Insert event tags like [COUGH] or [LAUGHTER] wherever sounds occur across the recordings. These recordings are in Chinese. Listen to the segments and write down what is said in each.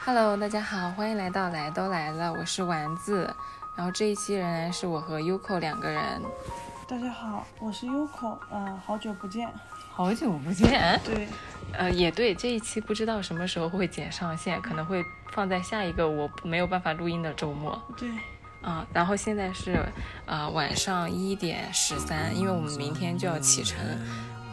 Hello，大家好，欢迎来到来都来了，我是丸子。然后这一期仍然是我和 Yuko 两个人，大家好，我是 Yuko，嗯、呃，好久不见。好久不见。对，呃，也对，这一期不知道什么时候会剪上线，可能会放在下一个我没有办法录音的周末。对，啊，然后现在是呃晚上一点十三，因为我们明天就要启程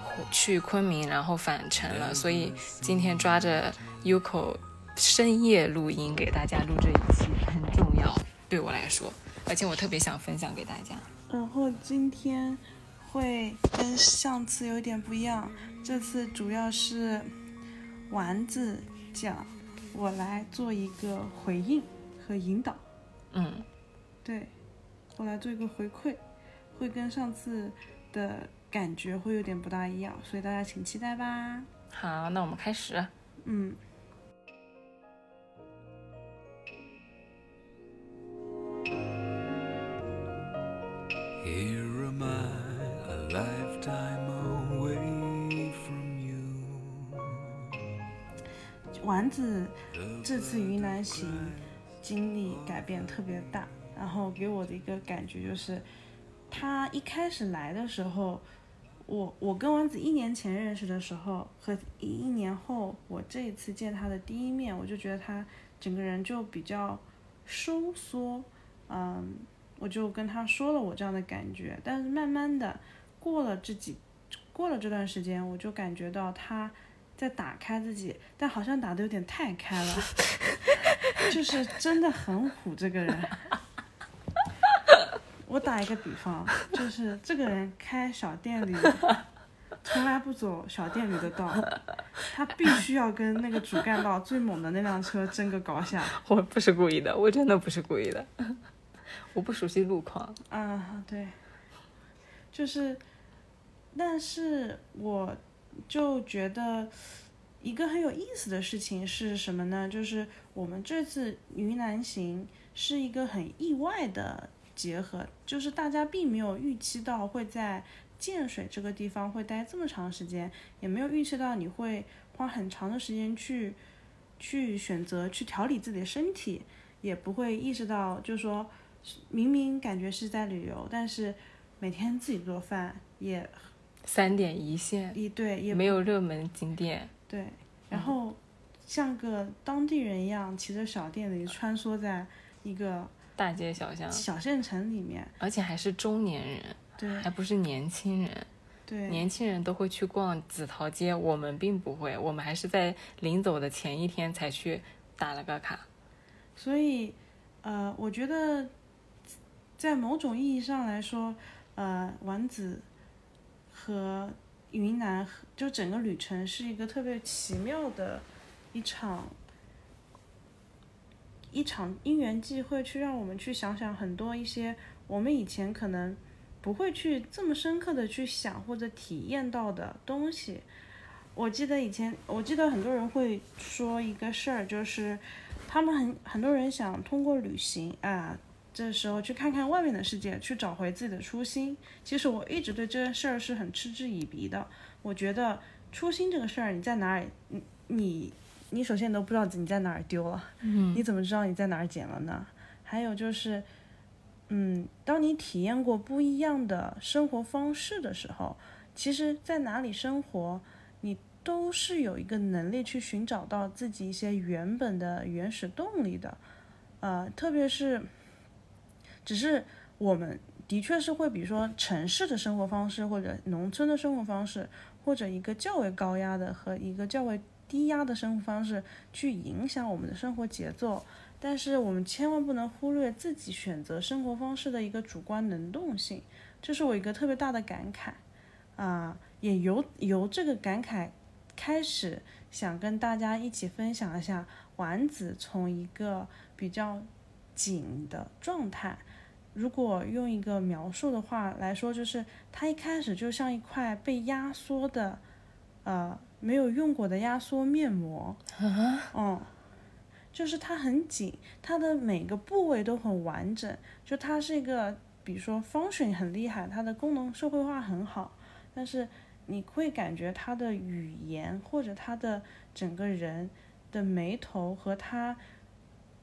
回去昆明，然后返程了，所以今天抓着 Uko 深夜录音给大家录这一期很重要，对我来说，而且我特别想分享给大家。然后今天会跟上次有点不一样，这次主要是丸子讲，我来做一个回应和引导。嗯，对，我来做一个回馈，会跟上次的感觉会有点不大一样，所以大家请期待吧。好，那我们开始。 [LAUGHS] 嗯， Here am I, a lifetime away from you. 丸子这次云南行经历改变特别大，然后给我的一个感觉就是，他一开始来的时候，我我跟丸子一年前认识的时候和一一年后我这一次见他的第一面，我就觉得他整个人就比较收缩，嗯，我就跟他说了我这样的感觉，但是慢慢的过了这几过了这段时间，我就感觉到他。在打开自己，但好像打的有点太开了， [LAUGHS] 就是真的很虎这个人。我打一个比方，就是这个人开小店里，从来不走小店里的道，他必须要跟那个主干道最猛的那辆车争个高下。我不是故意的，我真的不是故意的， [LAUGHS] 我不熟悉路况。啊，对，就是，但是我就觉得一个很有意思的事情是什么呢？就是我们这次云南行是一个很意外的结合，就是大家并没有预期到会在建水这个地方会待这么长时间，也没有预期到你会花很长的时间去去选择去调理自己的身体，也不会意识到就是说。明明感觉是在旅游，但是每天自己做饭 [LAUGHS] 也三点一线，也对，也没有热门景点。对，然后像个当地人一样，骑着小电驴穿梭在一个大街小巷，小县城里面。而且还是中年人，对还不是年轻人。对年轻人都会去逛紫桃街，我们并不会，我们还是在临走的前一天才去打了个卡。所以呃，我觉得在某种意义上来说，呃，丸子和云南就整个旅程是一个特别奇妙的一场一场因缘际会，去让我们去想想很多一些我们以前可能不会去这么深刻的去想或者体验到的东西。我记得以前，我记得很多人会说一个事儿，就是他们很很多人想通过旅行啊，这时候去看看外面的世界，去找回自己的初心。其实我一直对这件事儿是很嗤之以鼻的。我觉得初心这个事儿，你在哪儿，你你你首先你都不知道你在哪儿丢了，嗯，你怎么知道你在哪儿捡了呢？还有就是，嗯，当你体验过不一样的生活方式的时候，其实在哪里生活，你都是有一个能力去寻找到自己一些原本的原始动力的，呃，特别是，只是我们的确是会，比如说城市的生活方式，或者农村的生活方式，或者一个较为高压的和一个较为低压的生活方式，去影响我们的生活节奏。但是我们千万不能忽略自己选择生活方式的一个主观能动性，这是我一个特别大的感慨。啊、也由由这个感慨开始，想跟大家一起分享一下丸子从一个比较紧的状态，如果用一个描述的话来说，就是它一开始就像一块被压缩的，呃，没有用过的压缩面膜，嗯，就是它很紧，它的每个部位都很完整，就它是一个，比如说 function 很厉害，它的功能社会化很好。但是你会感觉他的语言或者他的整个人的眉头和他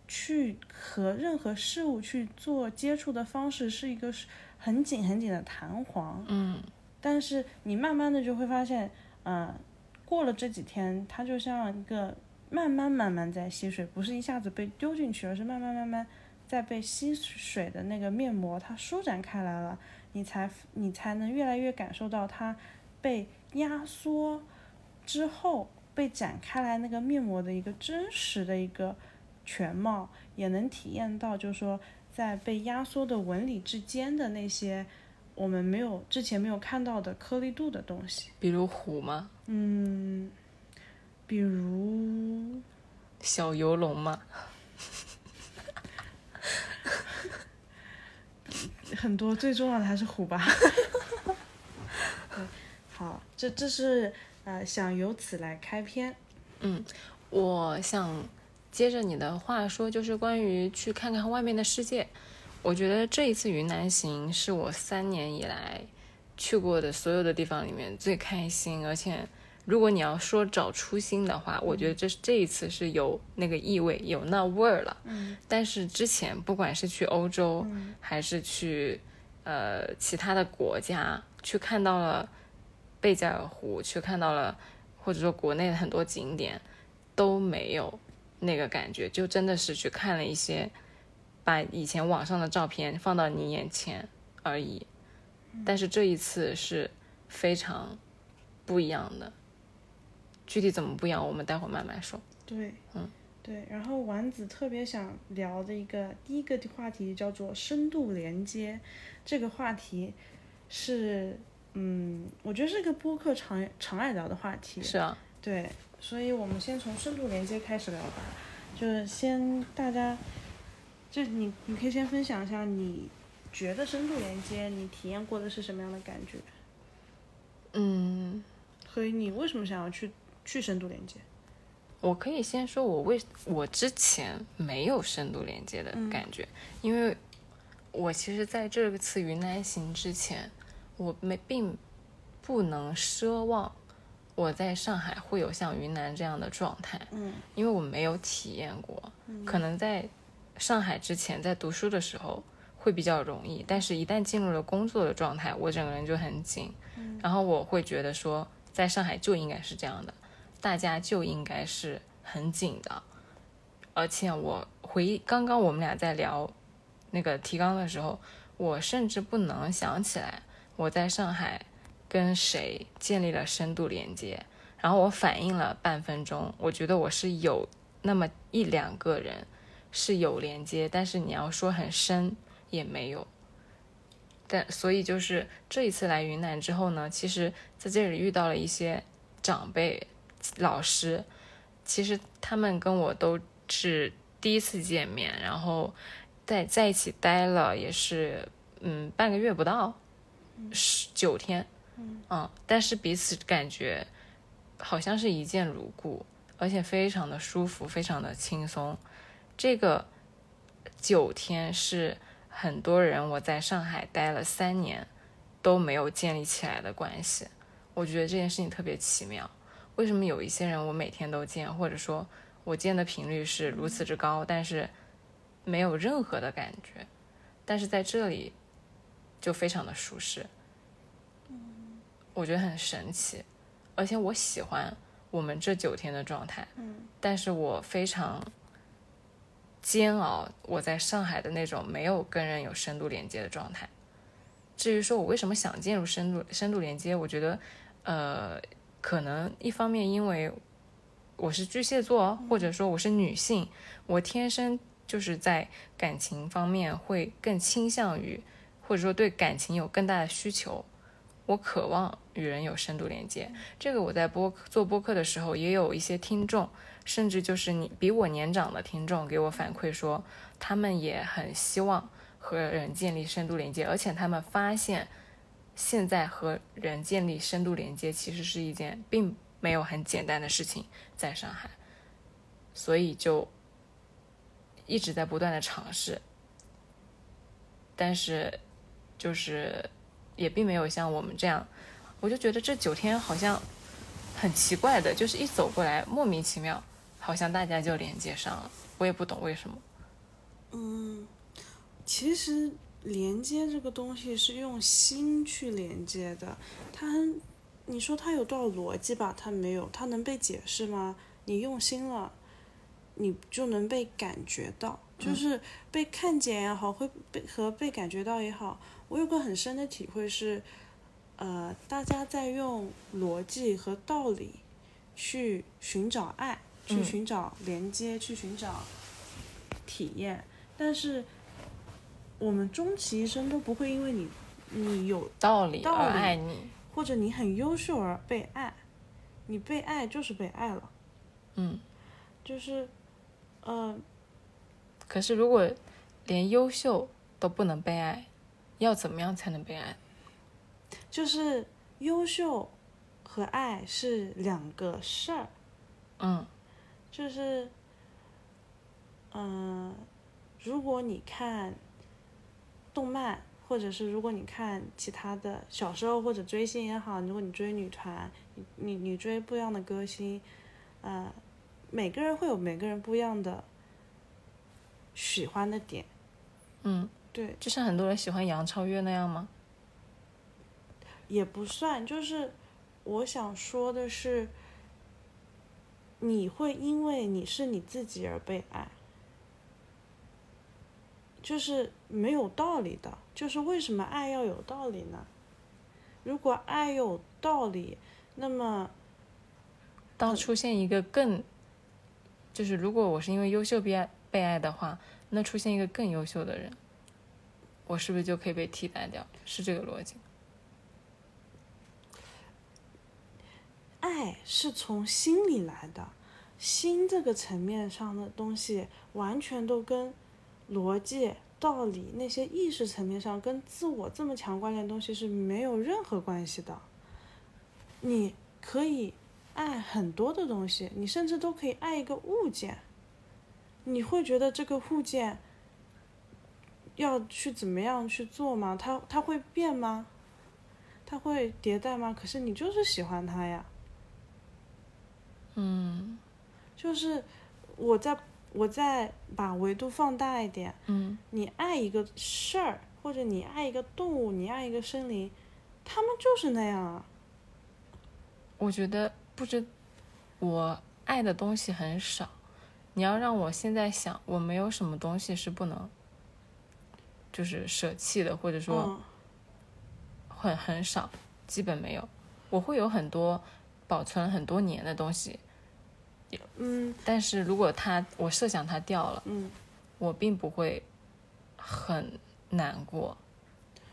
去和任何事物去做接触的方式是一个很紧很紧的弹簧，嗯但是你慢慢的就会发现，呃，过了这几天，它就像一个慢慢慢慢在吸水，不是一下子被丢进去，而是慢慢慢慢在被吸水的那个面膜它舒展开来了，你才你才能越来越感受到它被压缩之后被展开来那个面膜的一个真实的一个全貌，也能体验到，就是说在被压缩的纹理之间的那些。我们没有之前没有看到的颗粒度的东西。比如虎吗？嗯，比如小游龙吗？很多最重要的还是虎吧。 [LAUGHS] 对好，这这是呃，想由此来开篇。我想接着你的话说，就是关于去看看外面的世界。我觉得这一次云南行是我三年以来去过的所有的地方里面最开心，而且如果你要说找初心的话，我觉得这这一次是有那个意味，有那味儿了。嗯但是之前不管是去欧洲，嗯还是去呃其他的国家，去看到了贝加尔湖，去看到了或者说国内的很多景点都没有那个感觉，就真的是去看了一些把以前网上的照片放到你眼前而已。但是这一次是非常不一样的，具体怎么不一样，我们待会儿慢慢说。对，嗯对。然后丸子特别想聊的一个第一个话题叫做深度连接，这个话题是嗯，我觉得是个播客常常爱聊的话题。是啊，对，所以我们先从深度连接开始聊吧，就是先大家，就你你可以先分享一下你觉得深度连接你体验过的是什么样的感觉，嗯。和你为什么想要去去深度连接？我可以先说，我为我之前没有深度连接的感嗯觉，因为我其实在这次云南行之前，我没并不能奢望我在上海会有像云南这样的状态，嗯因为我没有体验过。嗯可能在上海之前，在读书的时候会比较容易，但是一旦进入了工作的状态，我整个人就很紧。嗯然后我会觉得说，在上海就应该是这样的，大家就应该是很紧的。而且我回忆刚刚我们俩在聊那个提纲的时候，我甚至不能想起来我在上海跟谁建立了深度连接。然后我反应了半分钟，我觉得我是有那么一两个人是有连接，但是你要说很深也没有。但所以就是这一次来云南之后呢，其实在这里遇到了一些长辈、老师，其实他们跟我都是第一次见面，然后在在一起待了也是嗯半个月不到，十九天，嗯嗯，但是彼此感觉好像是一见如故，而且非常的舒服，非常的轻松。这个九天是很多人我在上海待了三年都没有建立起来的关系，我觉得这件事情特别奇妙。为什么有一些人我每天都见，或者说我见的频率是如此之高，但是没有任何的感觉，但是在这里就非常的舒适，我觉得很神奇，而且我喜欢我们这九天的状态。嗯但是我非常煎熬我在上海的那种没有跟人有深度连接的状态。至于说我为什么想进入深度深度连接，我觉得，呃，可能一方面因为我是巨蟹座，或者说我是女性，我天生就是在感情方面会更倾向于，或者说对感情有更大的需求。我渴望与人有深度连接，这个我在播客做播客的时候也有一些听众甚至就是你比我年长的听众给我反馈说，他们也很希望和人建立深度连接，而且他们发现现在和人建立深度连接其实是一件并没有很简单的事情，在上海，所以就一直在不断的尝试，但是就是也并没有像我们这样，我就觉得这九天好像很奇怪的，就是一走过来莫名其妙。好像大家就连接上了，我也不懂为什么。嗯，其实连接这个东西是用心去连接的，它很，你说它有多少逻辑吧？它没有，它能被解释吗？你用心了，你就能被感觉到，就是被看见也好，会被和被感觉到也好。我有个很深的体会是，呃，大家在用逻辑和道理去寻找爱，去嗯寻找连接，去寻找体验，但是我们终其一生都不会因为你你有道理道而理爱你，或者你很优秀而被爱，你被爱就是被爱了，嗯。就是，呃，可是如果连优秀都不能被爱，要怎么样才能被爱？就是优秀和爱是两个事儿，嗯就是，嗯、如果你看动漫，或者是如果你看其他的小时候或者追星也好，如果你追女团，你你你追不一样的歌星，呃，每个人会有每个人不一样的喜欢的点，嗯，对，就像很多人喜欢杨超越那样吗？也不算，就是我想说的是，你会因为你是你自己而被爱，就是没有道理的。就是为什么爱要有道理呢？如果爱有道理，那么当出现一个更，就是如果我是因为优秀被爱被爱的话，那出现一个更优秀的人，我是不是就可以被替代掉？是这个逻辑吗？爱是从心里来的，心这个层面上的东西，完全都跟逻辑、道理那些意识层面上跟自我这么强关联的东西是没有任何关系的。你可以爱很多的东西，你甚至都可以爱一个物件，你会觉得这个物件要去怎么样去做吗？它它会变吗？它会迭代吗？可是你就是喜欢它呀。嗯就是我再我再把维度放大一点，嗯你爱一个事儿，或者你爱一个动物，你爱一个森林，他们就是那样啊。我觉得不知我爱的东西很少，你要让我现在想，我没有什么东西是不能，就是舍弃的，或者说嗯，很很少，基本没有。我会有很多保存了很多年的东西，嗯但是如果它我设想它掉了，嗯，我并不会很难过。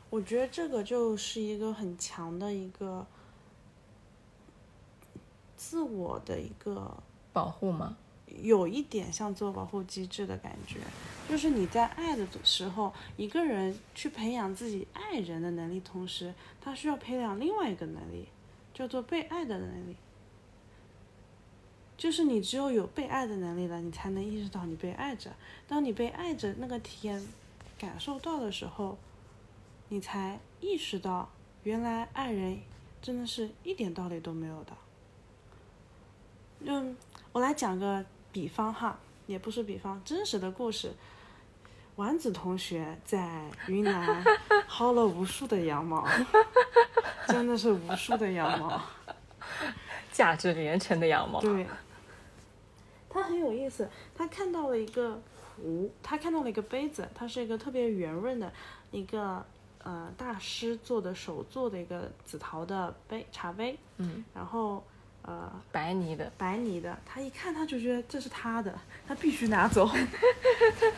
我觉得这个就是一个很强的一个自我的一个保护吗？有一点像自我保护机制的感觉，就是你在爱的时候，一个人去培养自己爱人的能力，同时他需要培养另外一个能力，叫做被爱的能力。就是你只有有被爱的能力了，你才能意识到你被爱着。当你被爱着那个体验感受到的时候，你才意识到原来爱人真的是一点道理都没有的。嗯，我来讲个比方哈，也不是比方，真实的故事。丸子同学在云南薅了无数的羊毛，真的是无数的羊毛。价值连城的羊毛对，他很有意思，他看到了一个壶，他看到了一个杯子，它是一个特别圆润的一个呃大师做的手做的一个紫陶的杯茶杯，嗯，然后呃白泥的，白泥的，他一看他就觉得这是他的，他必须拿走， [LAUGHS]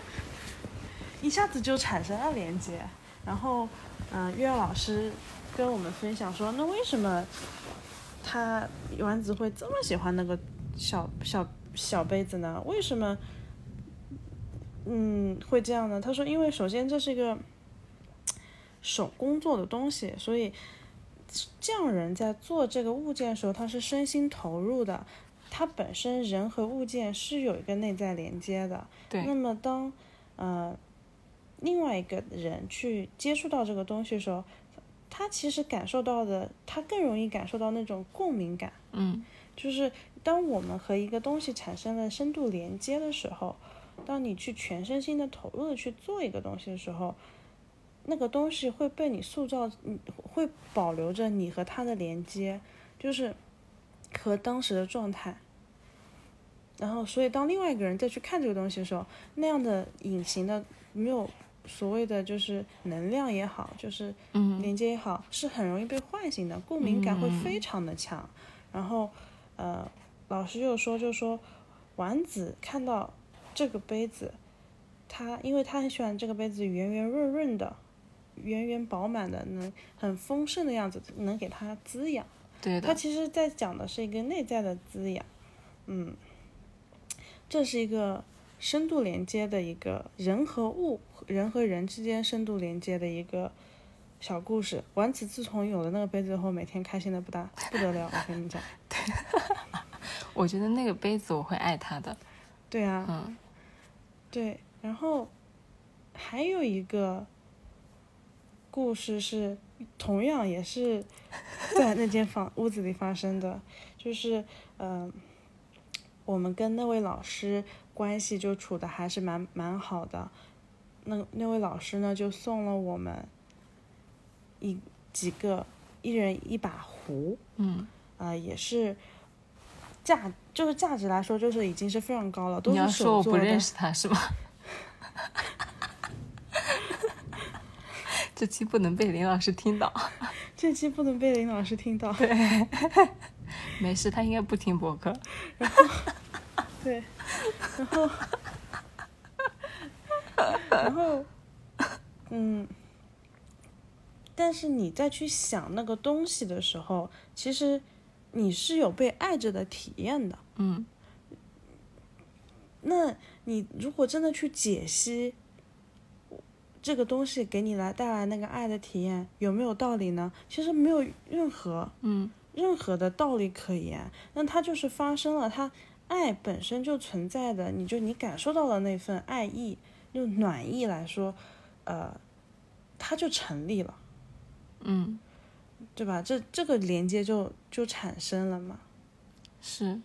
一下子就产生了连接。然后，嗯、呃，月儿老师跟我们分享说，那为什么他丸子会这么喜欢那个小小小杯子呢？为什么，嗯，会这样呢？他说，因为首先这是一个手工做的东西，所以匠人在做这个物件的时候，他是身心投入的，他本身人和物件是有一个内在连接的。对那么当呃另外一个人去接触到这个东西的时候，他其实感受到的，他更容易感受到那种共鸣感，嗯就是当我们和一个东西产生了深度连接的时候，当你去全身心的投入的去做一个东西的时候，那个东西会被你塑造，嗯会保留着你和它的连接，就是和当时的状态。然后，所以当另外一个人再去看这个东西的时候，那样的隐形的没有所谓的就是能量也好，就是连接也好，是很容易被唤醒的，共鸣感会非常的强。然后，呃，老师就说，就说丸子看到这个杯子，他因为他很喜欢这个杯子圆圆润润的，圆圆饱满的，能很丰盛的样子，能给他滋养。对它的，其实在讲的是一个内在的滋养，嗯，这是一个深度连接的一个人和物、人和人之间深度连接的一个小故事。丸子自从有了那个杯子后，每天开心的不搭不得了，我跟你讲。我觉得那个杯子我会爱它的。对啊，嗯对，然后还有一个故事是同样也是在那间房屋子里发生的，就是嗯、呃我们跟那位老师关系就处的还是蛮蛮好的，那那位老师呢就送了我们一几个一人一把壶，嗯，啊、也是价就是价值来说，就是已经是非常高了，都你要说是手我做不的。认识它是吗？ [LAUGHS] 这期不能被林老师听到， [LAUGHS] 这期不能被林老师听到。对没事，他应该不听博客。对，然后然后嗯，但是你再去想那个东西的时候，其实你是有被爱着的体验的。嗯那你如果真的去解析这个东西给你来带来那个爱的体验，有没有道理呢？其实没有任何嗯任何的道理可言，那它就是发生了，它爱本身就存在的，你就你感受到了那份爱意，用暖意来说，呃，它就成立了，嗯，对吧？这这个连接就就产生了嘛。是，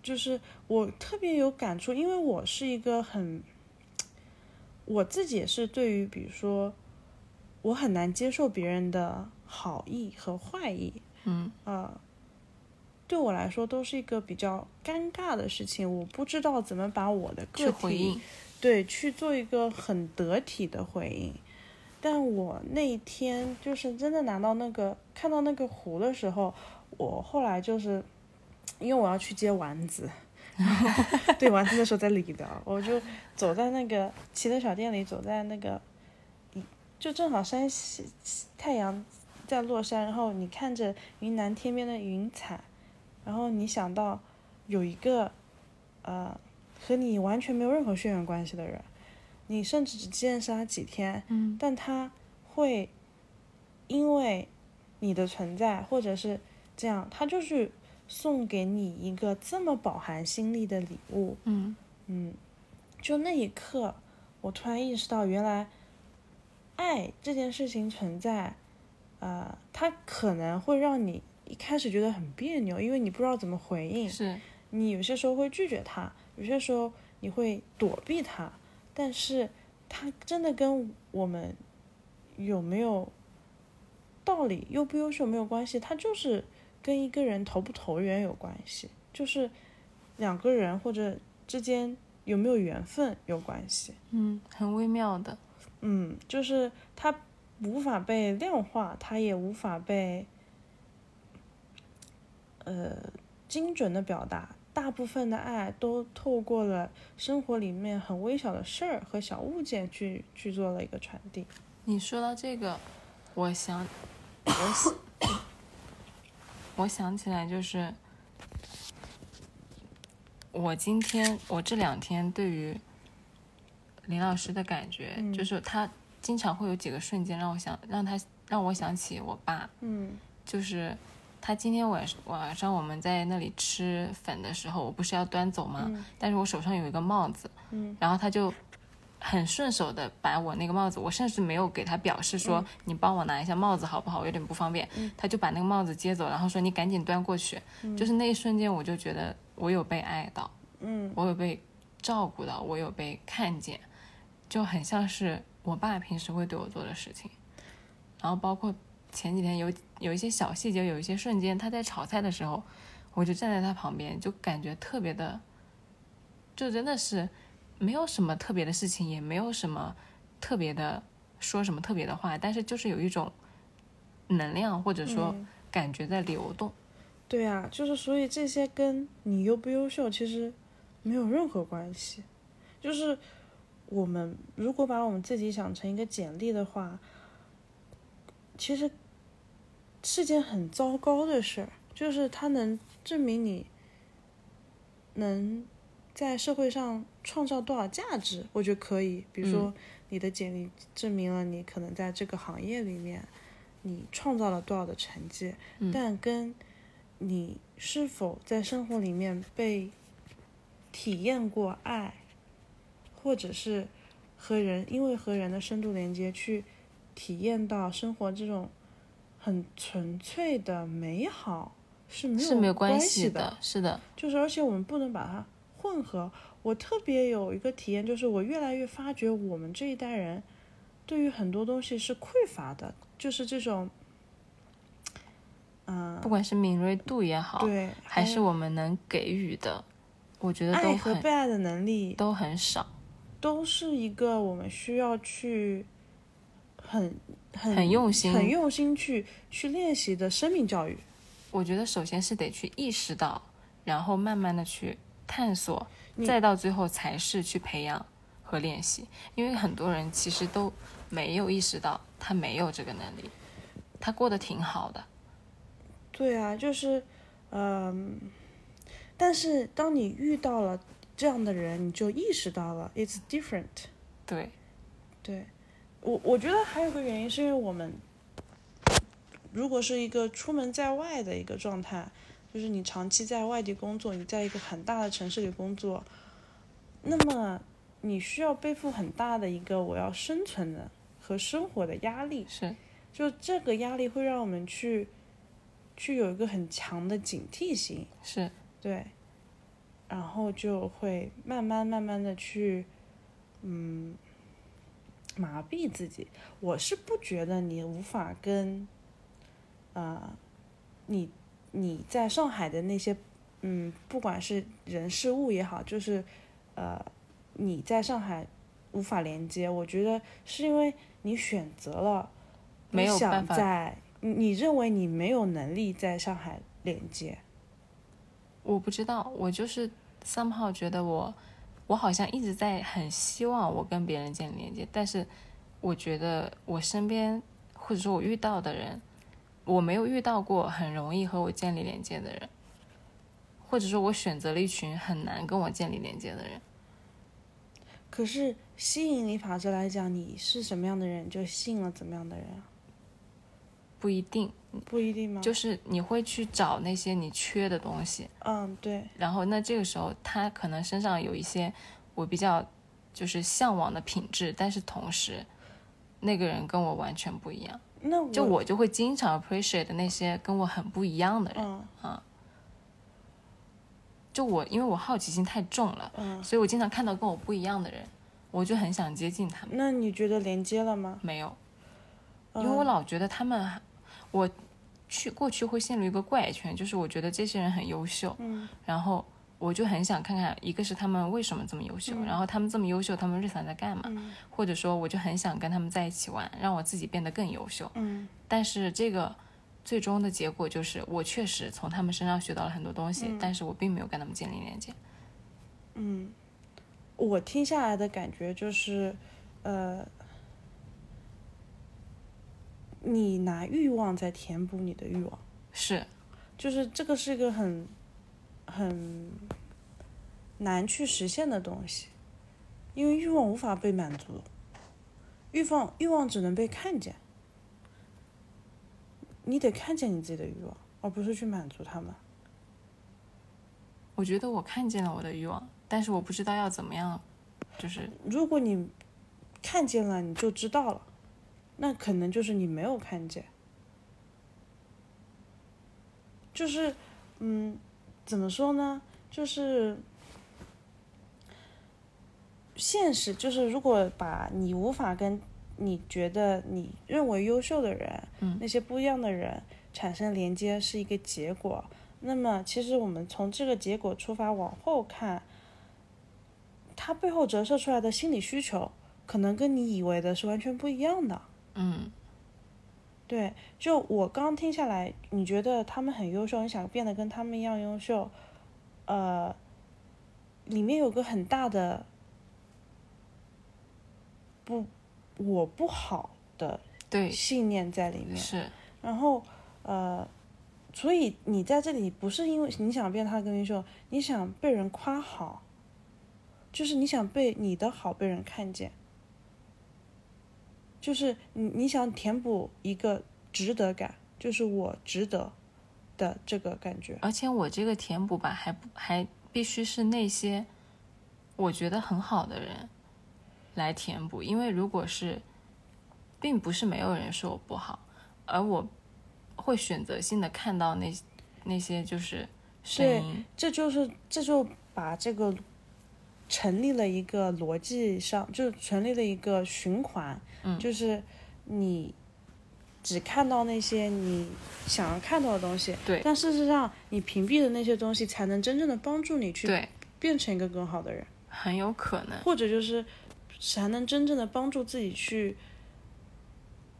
就是我特别有感触，因为我是一个很，我自己也是对于比如说，我很难接受别人的好意和坏意，嗯呃，对我来说都是一个比较尴尬的事情，我不知道怎么把我的去个回体应。对去做一个很得体的回应。但我那一天就是真的拿到那个看到那个壶的时候，我后来就是因为我要去接丸子，然后对丸子那时候在里边，我就走在那个骑的小店里，走在那个，就正好山西太阳在落山，然后你看着云南天边的云彩，然后你想到有一个呃和你完全没有任何血缘关系的人，你甚至只认识他几天，嗯但他会因为你的存在，或者是这样，他就是送给你一个这么饱含心力的礼物。嗯嗯，就那一刻，我突然意识到，原来爱这件事情存在，呃，它可能会让你一开始觉得很别扭，因为你不知道怎么回应。是，你有些时候会拒绝他，有些时候你会躲避他，但是他真的跟我们有没有道理、优不优秀没有关系，他就是跟一个人投不投缘有关系，就是两个人或者之间有没有缘分有关系。嗯，很微妙的。嗯，就是它无法被量化，它也无法被呃精准的表达。大部分的爱都透过了生活里面很微小的事儿和小物件去去做了一个传递。你说到这个，我想，我想，我想起来就是，我今天我这两天对于林老师的感觉，嗯就是他经常会有几个瞬间让我想让他让我想起我爸，嗯就是他今天晚晚上我们在那里吃粉的时候，我不是要端走吗？嗯但是我手上有一个帽子，嗯然后他就很顺手的把我那个帽子，我甚至没有给他表示说、嗯你帮我拿一下帽子好不好，我有点不方便，他就把那个帽子接走，然后说你赶紧端过去。就是那一瞬间，我就觉得我有被爱到，嗯，我有被照顾到，我有被看见，就很像是我爸平时会对我做的事情。然后包括前几天有有一些小细节，有一些瞬间，他在炒菜的时候，我就站在他旁边，就感觉特别的，就真的是没有什么特别的事情，也没有什么特别的说什么特别的话，但是就是有一种能量或者说嗯感觉在流动。对啊，就是所以这些跟你优不优秀其实没有任何关系。就是我们如果把我们自己想成一个简历的话，其实是件很糟糕的事儿。就是它能证明你能在社会上创造多少价值，我觉得可以。嗯比如说你的简历证明了你可能在这个行业里面你创造了多少的成绩，嗯但跟你是否在生活里面被体验过爱，或者是和人因为和人的深度连接去体验到生活这种很纯粹的美好是没是没有关关系的。的，是的，就是而且我们不能把它混合。我特别有一个体验，就是我越来越发觉我们这一代人对于很多东西是匮乏的，就是这种，嗯、不管是敏锐度也好，对，还是有我们能给予的，我觉得哎爱都和很被爱的能力，都很少。都是一个我们需要去很很很用心很用心去去练习的生命教育。我觉得首先是得去意识到，然后慢慢的去探索，你再到最后才是去培养和练习。因为很多人其实都没有意识到他没有这个能力，他过得挺好的。对啊，就是，嗯、但是当你遇到了这样的人，你就意识到了 it's different。对，对，我我觉得还有个原因是因为我们，如果是一个出门在外的一个状态，就是你长期在外地工作，你在一个很大的城市里工作，那么你需要背负很大的一个我要生存的和生活的压力。是就这个压力会让我们去去有一个很强的警惕性，是，对，然后就会慢慢慢慢的去，嗯，麻痹自己。我是不觉得你无法跟，啊、你你在上海的那些，嗯，不管是人事物也好，就是，呃，你在上海无法连接，我觉得是因为你选择了。没有你想办法在你你认为你没有能力在上海连接，我不知道，我就是 somehow 觉得我，我好像一直在很希望我跟别人建立连接，但是我觉得我身边或者说我遇到的人，我没有遇到过很容易和我建立连接的人，或者说我选择了一群很难跟我建立连接的人。可是吸引力法则来讲，你是什么样的人，就吸引了怎么样的人啊，不一定，不一定吗？就是你会去找那些你缺的东西，嗯，对，然后那这个时候他可能身上有一些我比较就是向往的品质，但是同时那个人跟我完全不一样，那我就我就会经常 appreciate 那些跟我很不一样的人。啊嗯就我因为我好奇心太重了，嗯，所以我经常看到跟我不一样的人，我就很想接近他们。那你觉得连接了吗？没有，因嗯为我老觉得他们，我去过去会陷入一个怪圈，就是我觉得这些人很优秀，嗯然后我就很想看看，一个是他们为什么这么优秀，然后他们这么优秀，他们日常在干嘛？嗯或者说我就很想跟他们在一起玩，让我自己变得更优秀。嗯但是这个最终的结果就是，我确实从他们身上学到了很多东西，但是我并没有跟他们建立连接。嗯，我听下来的感觉就是，呃，你拿欲望在填补你的欲望。是就是这个是一个很很难去实现的东西，因为欲望无法被满足，欲望欲望只能被看见，你得看见你自己的欲望，而不是去满足他们。我觉得我看见了我的欲望，但是我不知道要怎么样，就是如果你看见了你就知道了，那可能就是你没有看见。就是，嗯，怎么说呢？就是现实，就是如果把你无法跟你觉得你认为优秀的人，嗯那些不一样的人产生连接，是一个结果。那么，其实我们从这个结果出发往后看，它背后折射出来的心理需求，可能跟你以为的是完全不一样的。嗯对，就我刚听下来，你觉得他们很优秀，你想变得跟他们一样优秀，呃，里面有个很大的不，我不好的对，信念在里面。是，然后，呃，所以你在这里不是因为你想变得他更优秀，你想被人夸好，就是你想被你的好被人看见，就是你你想填补一个值得感，就是我值得的这个感觉。而且我这个填补吧，还不还必须是那些我觉得很好的人来填补，因为如果是，并不是没有人说我不好，而我会选择性的看到那那些就是声对音，这就是这就把这个成立了一个逻辑上，就成立了一个循环，嗯就是你只看到那些你想要看到的东西，对但事实上你屏蔽的那些东西才能真正的帮助你去对，变成一个更好的人，很有可能，或者就是才能真正的帮助自己去。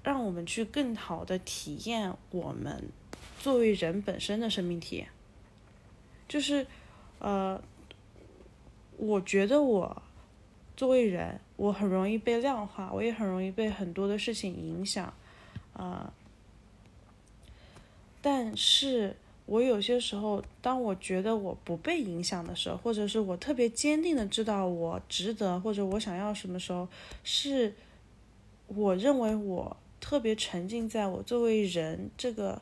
让我们去更好的体验我们作为人本身的生命体验，就是呃，我觉得我作为人，我很容易被量化，我也很容易被很多的事情影响，啊、但是我有些时候，当我觉得我不被影响的时候，或者是我特别坚定的知道我值得或者我想要什么时候，是我认为我特别沉浸在我作为人这个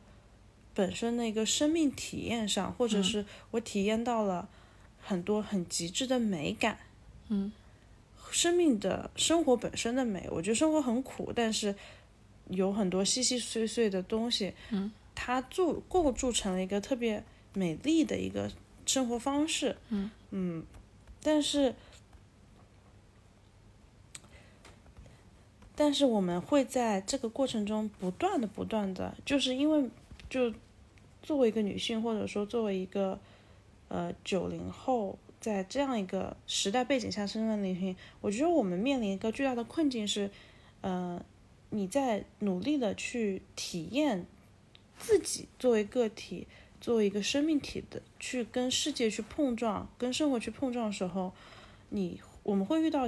本身的一个生命体验上，或者嗯是我体验到了很多很极致的美感。嗯，生命的生活本身的美，我觉得生活很苦，但是有很多细细碎碎的东西，嗯，它铸构筑成了一个特别美丽的一个生活方式，嗯嗯但是但是我们会在这个过程中不断的不断的，就是因为就作为一个女性，或者说作为一个呃九零后，在这样一个时代背景下身份领域，我觉得我们面临一个巨大的困境是，呃，你在努力的去体验自己作为个体，作为一个生命体的，去跟世界去碰撞，跟生活去碰撞的时候，你我们会遇到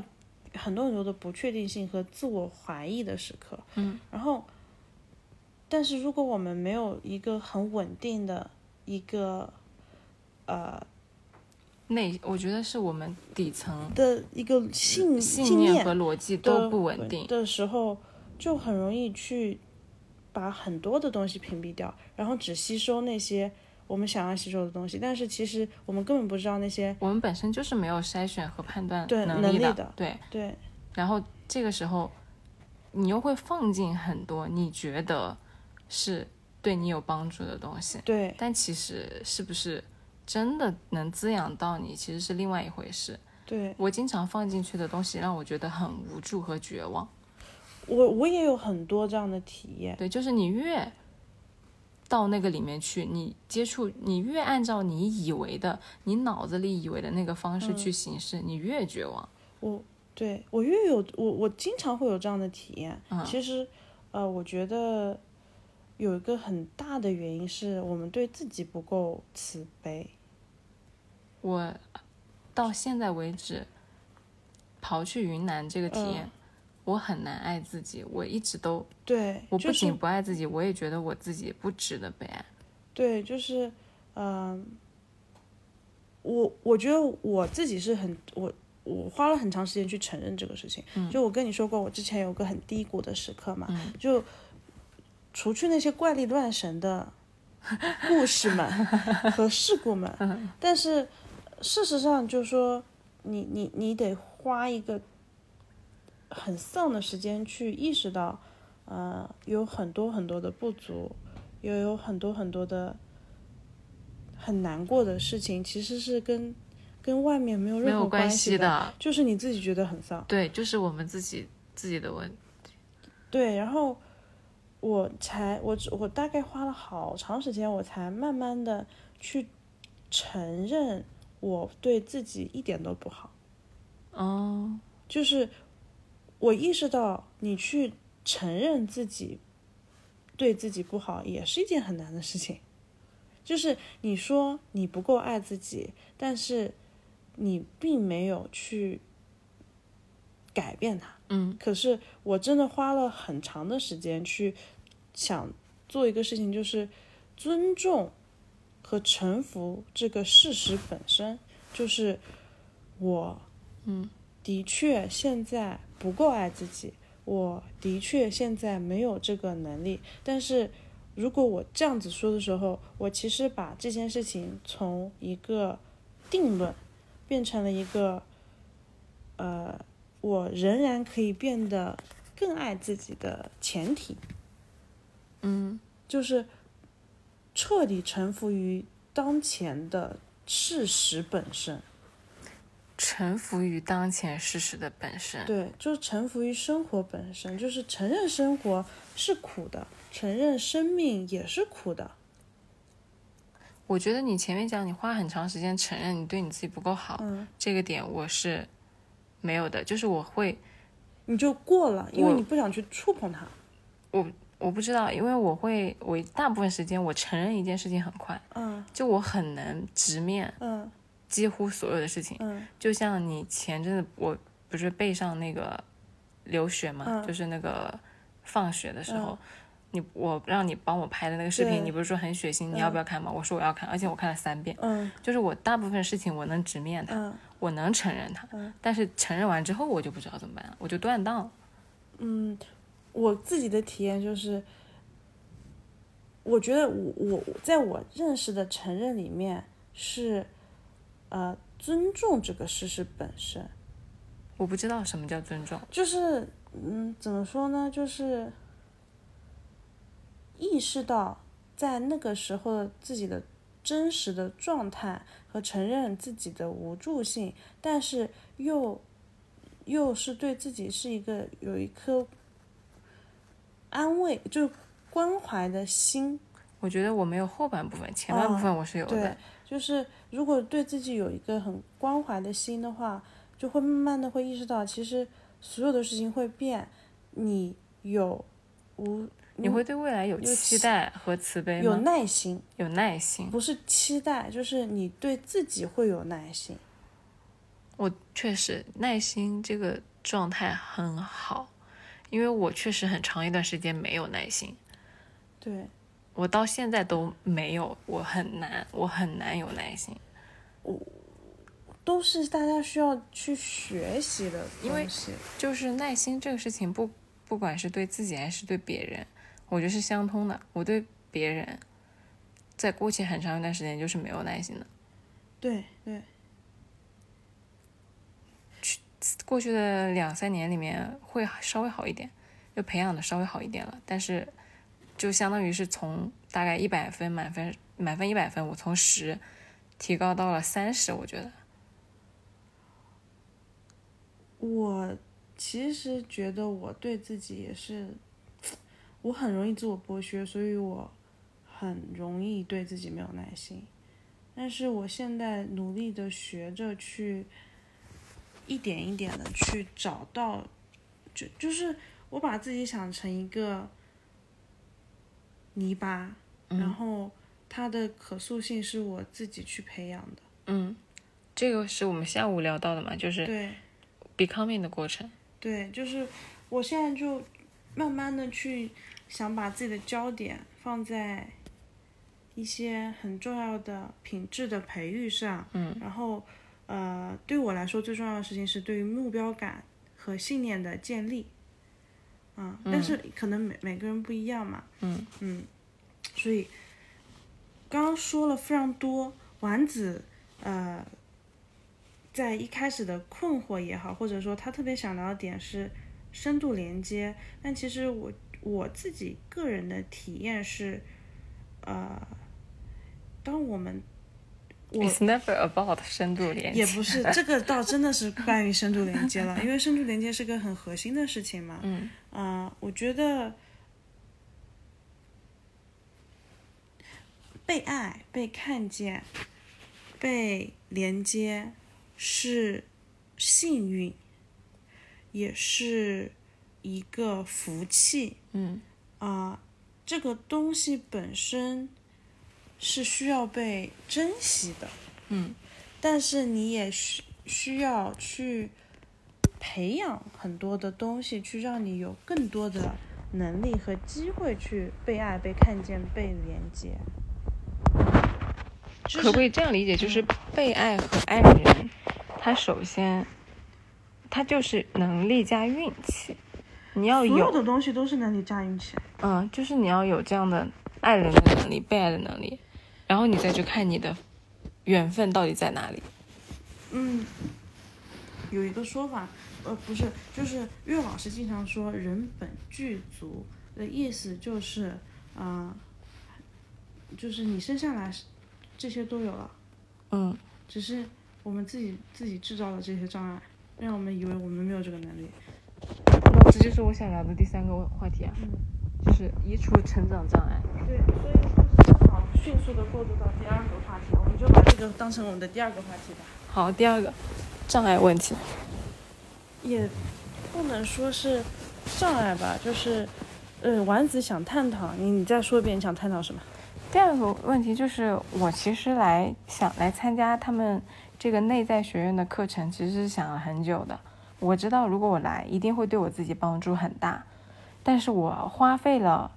很多很多的不确定性和自我怀疑的时刻。嗯，然后，但是如果我们没有一个很稳定的一个呃内我觉得是我们底层的一个嗯信信念和逻辑的都不稳定，的时候，就很容易去把很多的东西屏蔽掉，然后只吸收那些我们想要吸收的东西，但是其实我们根本不知道那些我们本身就是没有筛选和判断对能力力的，的对，对然后这个时候，你又会放进很多你觉得是对你有帮助的东西，对但其实是不是真的能滋养到你，其实是另外一回事。对，我经常放进去的东西让我觉得很无助和绝望。我我也有很多这样的体验，对，就是你越到那个里面去，你接触，你越按照你以为的、你脑子里以为的那个方式去行事，你越绝望。我对我越有我我经常会有这样的体验，嗯其实呃，我觉得有一个很大的原因是我们对自己不够慈悲，我到现在为止，刨去云南这个体嗯验，我很难爱自己。我一直都，对，我就不是仅不爱自己，我也觉得我自己不值得被爱。对，就是，嗯、我我觉得我自己是很我我花了很长时间去承认这个事情。嗯就我跟你说过，我之前有个很低谷的时刻嘛，嗯就除去那些怪力乱神的故事们 [LAUGHS] 和事故们，嗯但是事实上就是说，你你你得花一个很丧的时间去意识到，呃，有很多很多的不足，也有很多很多的很难过的事情，其实是跟跟外面没有没任何有关系的，的。就是你自己觉得很丧。对，就是我们自己自己的问题。对，然后我才我只我大概花了好长时间，我才慢慢的去承认我对自己一点都不好，哦，就是我意识到你去承认自己对自己不好也是一件很难的事情，就是你说你不够爱自己，但是你并没有去改变它。嗯可是我真的花了很长的时间去想做一个事情，就是尊重和臣服这个事实本身，就是我嗯的确现在不够爱自己，我的确现在没有这个能力，但是。如果我这样子说的时候，我其实把这件事情从一个定论变成了一个，呃，我仍然可以变得更爱自己的前提，嗯就是彻底臣服于当前的事实本身。臣服于当前事实的本身。对，就是臣服于生活本身，就是承认生活是苦的，承认生命也是苦的。我觉得你前面讲你花很长时间承认你对你自己不够好，嗯，这个点我是没有的，就是我会你就过了，因为我你不想去触碰它。我不知道，因为我会我大部分时间我承认一件事情很快，嗯就我很能直面嗯几乎所有的事情。嗯就像你前阵子我不是背上那个留学嘛，嗯就是那个放学的时候。你我让你帮我拍的那个视对频，你不是说很血腥，你要不要看吗？我说我要看，而且我看了三遍。嗯就是我大部分事情我能直面它，嗯我能承认它，嗯但是承认完之后我就不知道怎么办了，我就断档了。嗯，我自己的体验就是，我觉得我我在我认识的承认里面是，呃，尊重这个事实本身，我不知道什么叫尊重，就是嗯，怎么说呢，就是意识到在那个时候的自己的真实的状态和承认自己的无助性，但是又又是对自己是一个有一颗安慰，就是关怀的心，我觉得我没有后半部分，前半部分我是有的。哦对，就是如果对自己有一个很关怀的心的话，就会慢慢的会意识到，其实所有的事情会变，你有无你会对未来有嗯有期期待和慈悲有吗？耐心，有耐心，不是期待，就是你对自己会有耐心。我确实耐心这个状态很好，因为我确实很长一段时间没有耐心，对我到现在都没有，我很难，我很难有耐心，都是大家需要去学习的因为东西。就是耐心这个事情不不管是对自己还是对别人，我觉得是相通的。我对别人，在过去很长一段时间就是没有耐心的，对对，过去的两三年里面会稍微好一点，就培养的稍微好一点了，但是就相当于是从大概一百分满分满分一百分，我从十提高到了三十，我觉得我其实觉得我对自己也是，我很容易自我剥削，所以我很容易对自己没有耐心。但是我现在努力的学着去，一点一点的去找到，就就是我把自己想成一个泥巴，然后它的可塑性是我自己去培养的。嗯，这个是我们下午聊到的嘛，就是对， becoming 的过程。对，就是我现在就慢慢的去想把自己的焦点放在一些很重要的品质的培育上，嗯，然后呃，对我来说最重要的事情是对于目标感和信念的建立，嗯，但是可能每每个人不一样嘛，嗯嗯，所以刚刚说了非常多，丸子呃在一开始的困惑也好，或者说他特别想聊的点是深度连接。但其实我我自己个人的体验是，呃，当我们我 It's never about 深度连接，也 [LAUGHS] 不是嗯这个倒真的是关于深度连接了，因为深度连接是个很核心的事情嘛。嗯啊、我觉得被爱、被看见、被连接是幸运，也是一个福气嗯啊、这个东西本身是需要被珍惜的。嗯但是你也需需要去培养很多的东西，去让你有更多的能力和机会去被爱、被看见、被连接。就可不可以是这样理解，就是被爱和爱人，他首先，他就是能力加运气，你要所有哦有，的东西都是能力加运气。嗯，就是你要有这样的爱人的能力，被爱的能力，然后你再去看你的缘分到底在哪里。嗯，有一个说法，呃，不是，就是岳老师经常说“人本具足”的意思，就是，啊、就是你生下来是这些都有了。嗯只是我们自己自己制造了这些障碍，让我们以为我们没有这个能力。那这就是我想聊的第三个话题啊，嗯，就是移除成长障碍。对，所以就是正好迅速的过渡到第二个话题，我们就把这个当成我们的第二个话题吧。好，第二个障碍问题，也不能说是障碍吧，就是，呃，丸子想探讨你，你再说一遍你想探讨什么？第二个问题就是，我其实来想来参加他们这个内在学院的课程，其实是想了很久的。我知道如果我来，一定会对我自己帮助很大，但是我花费了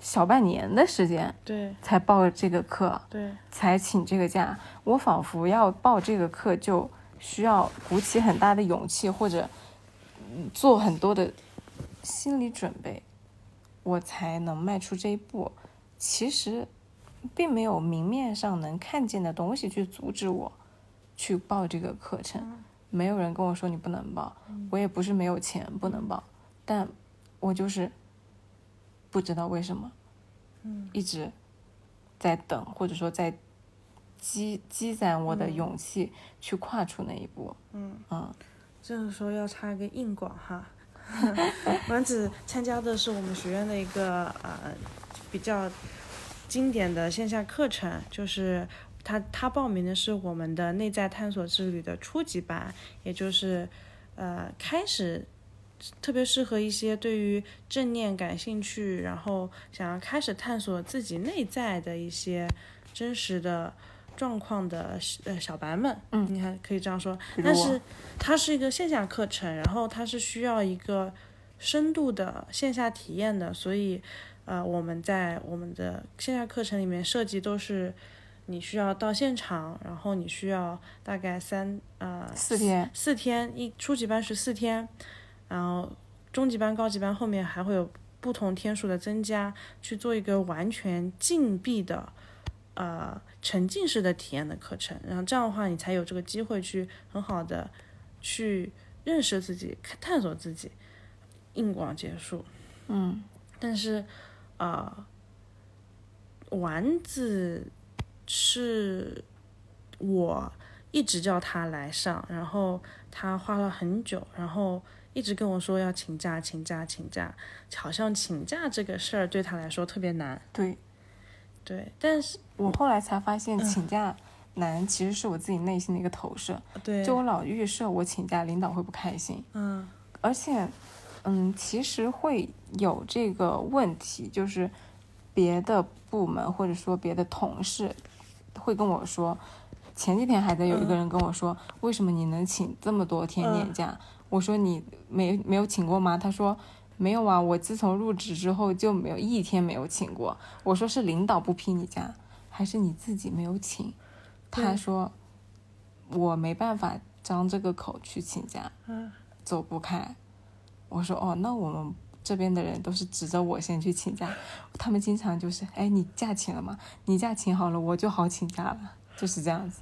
小半年的时间对才报这个课，对，才请这个假。我仿佛要报这个课，就需要鼓起很大的勇气，或者嗯做很多的心理准备，我才能迈出这一步。其实，并没有明面上能看见的东西去阻止我去报这个课程。没有人跟我说你不能报，我也不是没有钱不能报，但我就是不知道为什么，一直在等，或者说在积积攒我的勇气去跨出那一步。嗯嗯，这个时候要插一个硬广哈， [LAUGHS] 丸子参加的是我们学院的一个呃比较经典的线下课程，就是他他报名的是我们的内在探索之旅的初级班，也就是呃开始。特别适合一些对于正念感兴趣，然后想要开始探索自己内在的一些真实的状况的呃小白们，嗯你看可以这样说。比如但我是它是一个线下课程，然后它是需要一个深度的线下体验的，所以呃，我们在我们的线下课程里面设计都是你需要到现场，然后你需要大概三呃四天四天，一初级班是四天，然后中级班、高级班后面还会有不同天数的增加，去做一个完全禁闭的。呃，沉浸式的体验的课程，然后这样的话，你才有这个机会去很好的去认识自己、探索自己。硬广结束，嗯，但是，啊，丸子是我一直叫他来上，然后他花了很久，然后一直跟我说要请假、请假、请假，好像请假这个事儿对他来说特别难。对对，但是我后来才发现，请假难其实是我自己内心的一个投射。对，就我老预设我请假，领导会不开心。嗯而且，嗯，其实会有这个问题，就是别的部门或者说别的同事会跟我说，前几天还在有一个人跟我说，为什么你能请这么多天年假？我说你没没有请过吗？他说。没有啊，我自从入职之后就没有一天没有请过。我说是领导不批你假，还是你自己没有请？他对说我没办法张这个口去请假，嗯走不开。我说哦，那我们这边的人都是指着我先去请假，他们经常就是哎，你假请了吗？你假请好了，我就好请假了，就是这样子，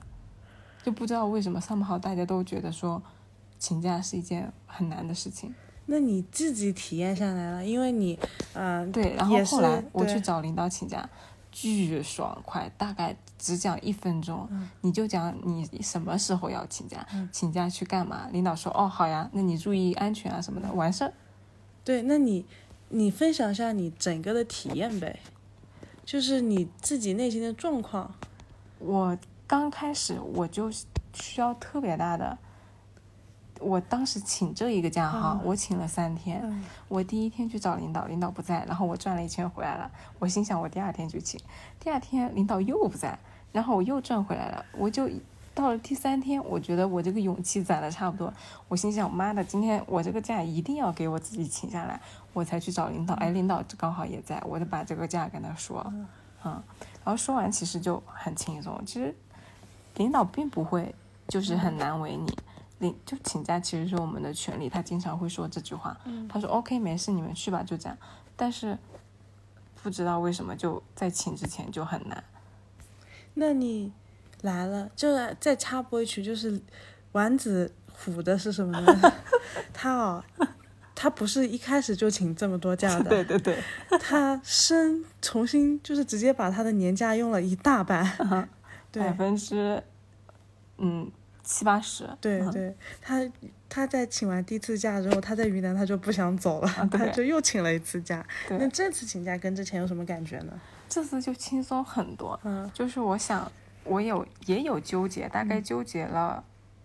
就不知道为什么上不好，大家都觉得说请假是一件很难的事情。那你自己体验下来了，因为你，呃，对，然后也是后来我对去找领导请假，巨爽快，大概只讲一分钟，嗯你就讲你什么时候要请假，嗯请假去干嘛？领导说哦好呀，那你注意安全啊什么的，完事儿。对，那你你分享一下你整个的体验呗，就是你自己内心的状况。我刚开始我就需要特别大的，我当时请这一个假哈，嗯我请了三天，嗯，我第一天去找领导，领导不在，然后我转了一圈回来了。我心想，我第二天去请，第二天领导又不在，然后我又转回来了。我就到了第三天，我觉得我这个勇气攒的差不多，我心想，妈的，今天我这个假一定要给我自己请下来，我才去找领导。哎，领导刚好也在，我就把这个假跟他说，嗯，然后说完其实就很轻松。其实领导并不会就是很难为你。领就请假其实是我们的权利，他经常会说这句话。他说 OK 没事，你们去吧，就这样。但是不知道为什么就在请之前就很难。那你来了，就是再插播一曲，就是丸子虎的是什么呢？ [LAUGHS] 他哦，他不是一开始就请这么多假的，对对，他生重新就是直接把他的年假用了一大嗯半，对百分之嗯七八十。对嗯对，他他在请完第一次假之后，他在云南他就不想走了，啊对他就又请了一次假。对那这次请假跟之前有什么感觉呢？这次就轻松很多。嗯就是我想，我有也有纠结，大概纠结了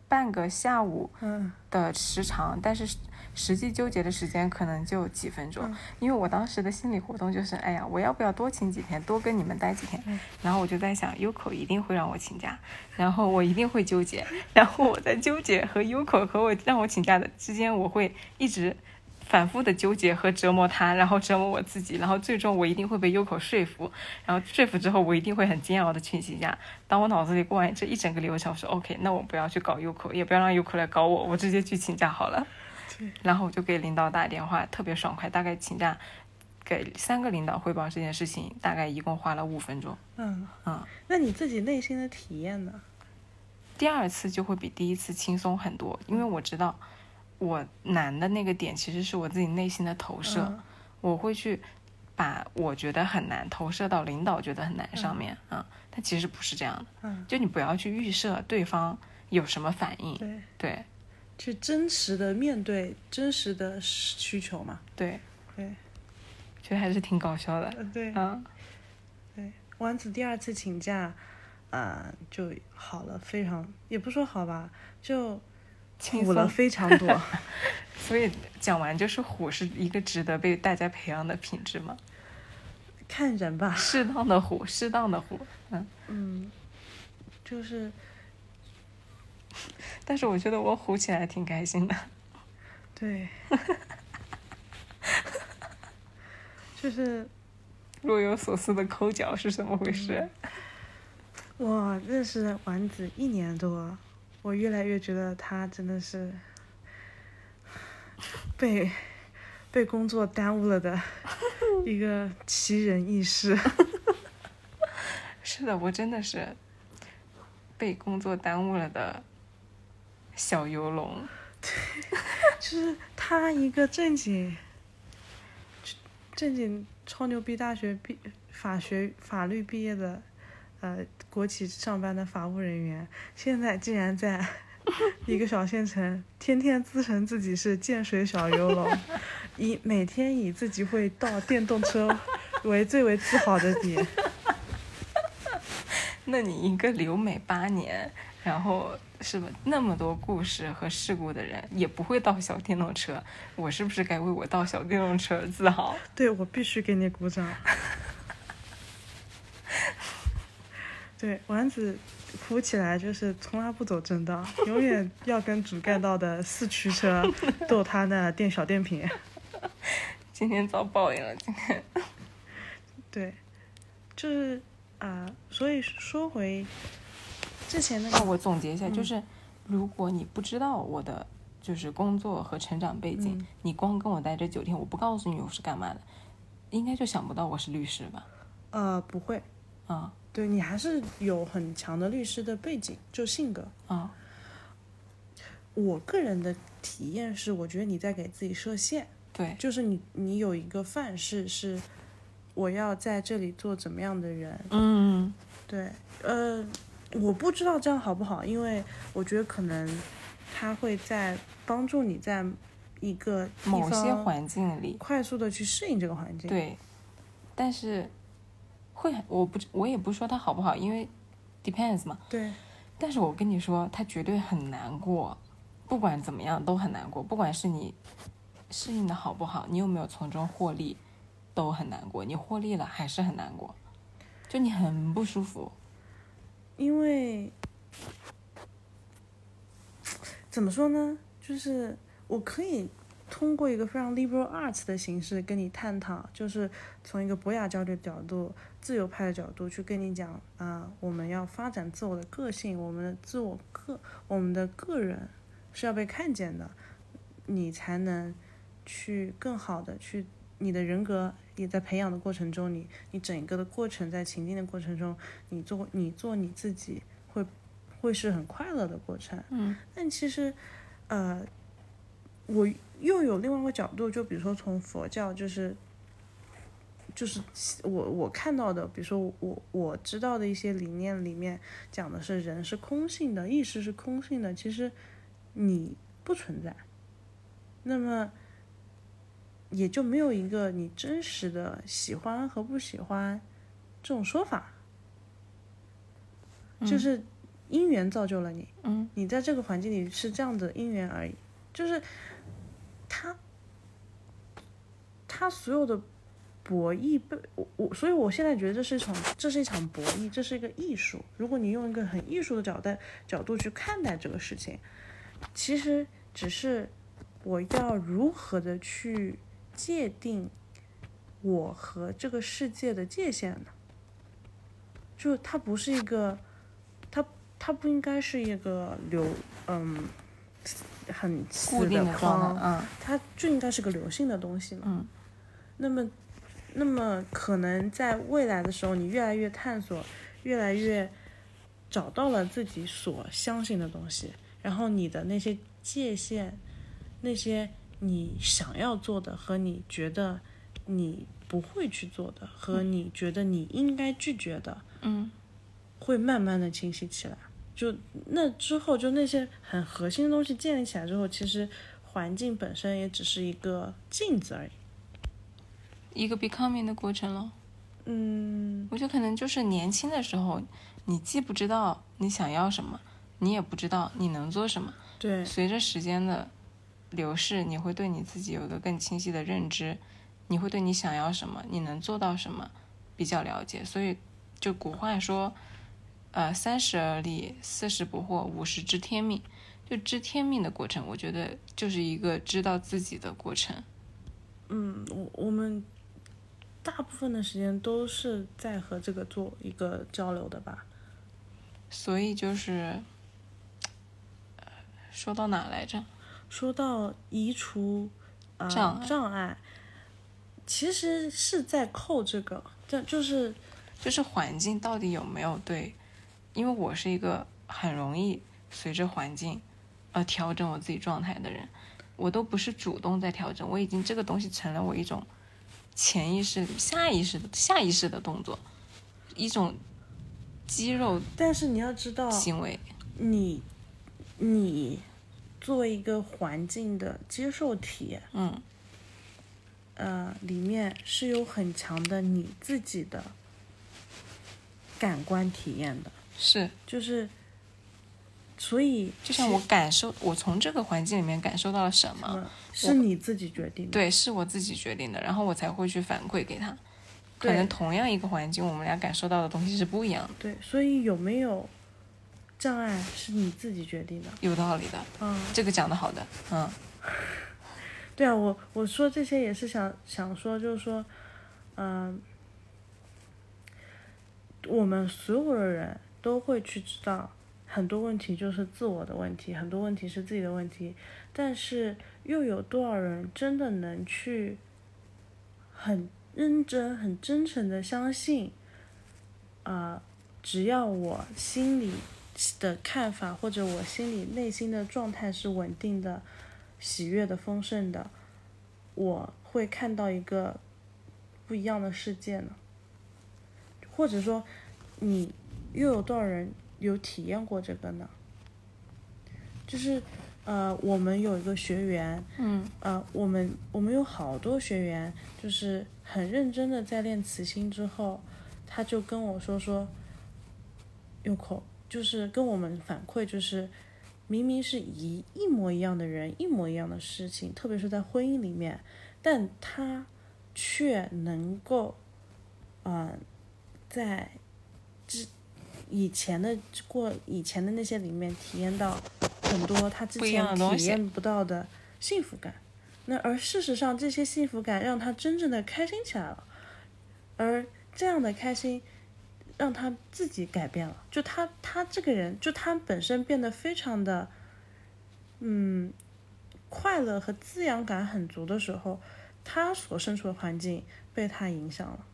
半个下午嗯的时长，但是实实际纠结的时间可能就几分钟。嗯因为我当时的心理活动就是，哎呀，我要不要多请几天，多跟你们待几天？嗯然后我就在想，Uko 一定会让我请假，然后我一定会纠结， [LAUGHS] 然后我在纠结和 Uko 和我让我请假的之间，我会一直。反复的纠结和折磨他，然后折磨我自己，然后最终我一定会被 Uko 说服，然后说服之后我一定会很煎熬的去请假。当我脑子里过完这一整个流程，我说 OK，那我不要去搞 Uko，也不要让 Uko 来搞我，我直接去请假好了。然后我就给领导打电话，特别爽快，大概请假给三个领导汇报这件事情，大概一共花了五分钟。嗯，嗯，那你自己内心的体验呢？第二次就会比第一次轻松很多，因为我知道我难的那个点其实是我自己内心的投射，嗯我会去把我觉得很难投射到领导觉得很难上面啊、嗯但其实不是这样的，嗯，就你不要去预设对方有什么反应，对，对去真实的面对真实的需求嘛。对，对，觉得还是挺搞笑的，嗯对，嗯，丸子第二次请假，呃，就好了，非常也不说好吧，就轻苦松了非常 [LAUGHS] 多。所以讲完就是虎是一个值得被大家培养的品质 [LAUGHS] 嘛，看人吧，适当的虎，适当的虎，嗯。嗯，就是但是我觉得我虎起来挺开心的， [LAUGHS] 对，就是若有所思的抠脚是怎么回事？嗯我认识丸子一年多，我越来越觉得他真的是被被工作耽误了的一个奇人异事。 [LAUGHS] 是的，我真的是被工作耽误了的小游龙。就是他一个正经，正经超牛逼大学毕法学法律毕业的，呃，国企上班的法务人员，现在竟然在一个小县城，天天自称自己是建水小游龙，以每天以自己会倒电动车为最为自豪的点。那你一个留美八年，然后是吧，那么多故事和事故的人，也不会倒小电动车，我是不是该为我倒小电动车而自豪？对我必须给你鼓掌。对，丸子哭起来就是从来不走正道，永远要跟主干道的四驱车斗他那电小电瓶。今天遭报应了，今嗯天对，就是啊、所以说回之前那那个，我总结一下，就嗯是如果你不知道我的就是工作和成长背景，嗯你光跟我待这九天，我不告诉你我是干嘛的，应该就想不到我是律师吧？呃，不会，啊、对你还是有很强的律师的背景，就性格。啊、我个人的体验是，我觉得你在给自己设限，对，就是你你有一个范式是，我要在这里做怎么样的人，嗯，对，呃，我不知道这样好不好，因为我觉得可能它会在帮助你在一个地某些方环境里，快速的去适应这个环境。，对，但是会很我不我也不说它好不好，因为 depends 嘛。对但是我跟你说，它绝对很难过，不管怎么样都很难过，不管是你适应的好不好，你有没有从中获利，都很难过。你获利了还是很难过，就你很不舒服。因为怎么说呢，就是我可以通过一个非常 liberal arts 的形式跟你探讨，就是从一个博雅教的角度、自由派的角度去跟你讲啊、我们要发展自我的个性，我们的自我个，我们的个人是要被看见的，你才能去更好的去你的人格。也在培养的过程中，你你整个的过程，在情境的过程中，你做你做你自己会会是很快乐的过程。嗯但其实，呃，我又有另外一个角度，就比如说从佛教，就是就是我我看到的，比如说我我知道的一些理念里面讲的是人是空性的，意识是空性的，其实你不存在，那么。也就没有一个你真实的喜欢和不喜欢这种说法，就是因缘造就了你，嗯，你在这个环境里是这样的因缘而已，就是他他所有的博弈被我我，所以我现在觉得这是一场这是一场博弈，这是一个艺术。如果你用一个很艺术的角度角度去看待这个事情，其实只是我要如何的去界定我和这个世界的界限呢？就它不是一个，它它不应该是一个流，嗯，很固死定的的框状，态，嗯它就应该是个流性的东西嘛。嗯那么，那么可能在未来的时候，你越来越探索，越来越找到了自己所相信的东西，然后你的那些界限，那些你想要做的和你觉得你不会去做的，和你觉得你应该拒绝的，嗯会慢慢的清晰起来。就那之后，就那些很核心的东西建立起来之后，其实环境本身也只是一个镜子而已。一个 becoming 的过程咯。嗯，我觉得可能就是年轻的时候，你既不知道你想要什么，你也不知道你能做什么。对，随着时间的流逝，你会对你自己有一个更清晰的认知，你会对你想要什么，你能做到什么比较了解。所以，就古话说，呃，三十而立，四十不惑，五十知天命。就知天命的过程，我觉得就是一个知道自己的过程。嗯，我我们大部分的时间都是在和这个做一个交流的吧。所以就是，呃说到哪来着？说到移除呃障碍障碍，其实是在扣这个，这就是就是环境到底有没有对？因为我是一个很容易随着环境而调整我自己状态的人，我都不是主动在调整，我已经这个东西成了我一种潜意识、下意识的下意识的动作，一种肌肉但是你要知道，行为。你你作为一个环境的接受体，嗯，呃，里面是有很强的你自己的感官体验的，是，就是所以就像我感受，我从这个环境里面感受到了什么，嗯，是你自己决定的。对，是我自己决定的，然后我才会去反馈给他。可对能同样一个环境，我们俩感受到的东西是不一样的，对，所以有没有障碍是你自己决定的。有道理的。嗯，这个讲的好的，嗯，对啊，我我说这些也是想想说，就是说，嗯、我们所有的人都会去知道，很多问题就是自我的问题，很多问题是自己的问题，但是又有多少人真的能去很认真、很真诚的相信，啊、只要我心里的看法或者我心里内心的状态是稳定的、喜悦的、丰盛的，我会看到一个不一样的世界呢？或者说，你又有多少人有体验过这个呢？就是，呃，我们有一个学员，嗯呃，我们我们有好多学员，就是很认真的在练慈心之后，他就跟我说说，有口就是跟我们反馈，就是明明是一一模一样的人，一模一样的事情，特别是在婚姻里面，但他却能够，呃，在之以前的过以前的那些里面体验到很多他之不一样前的东体西验不到的幸福感。那而事实上，这些幸福感让他真正的开心起来了，而这样的开心让他自己改变了。就他他这个人，就他本身变得非常的，嗯，快乐和滋养感很足的时候，他所身处的环境被他影响了。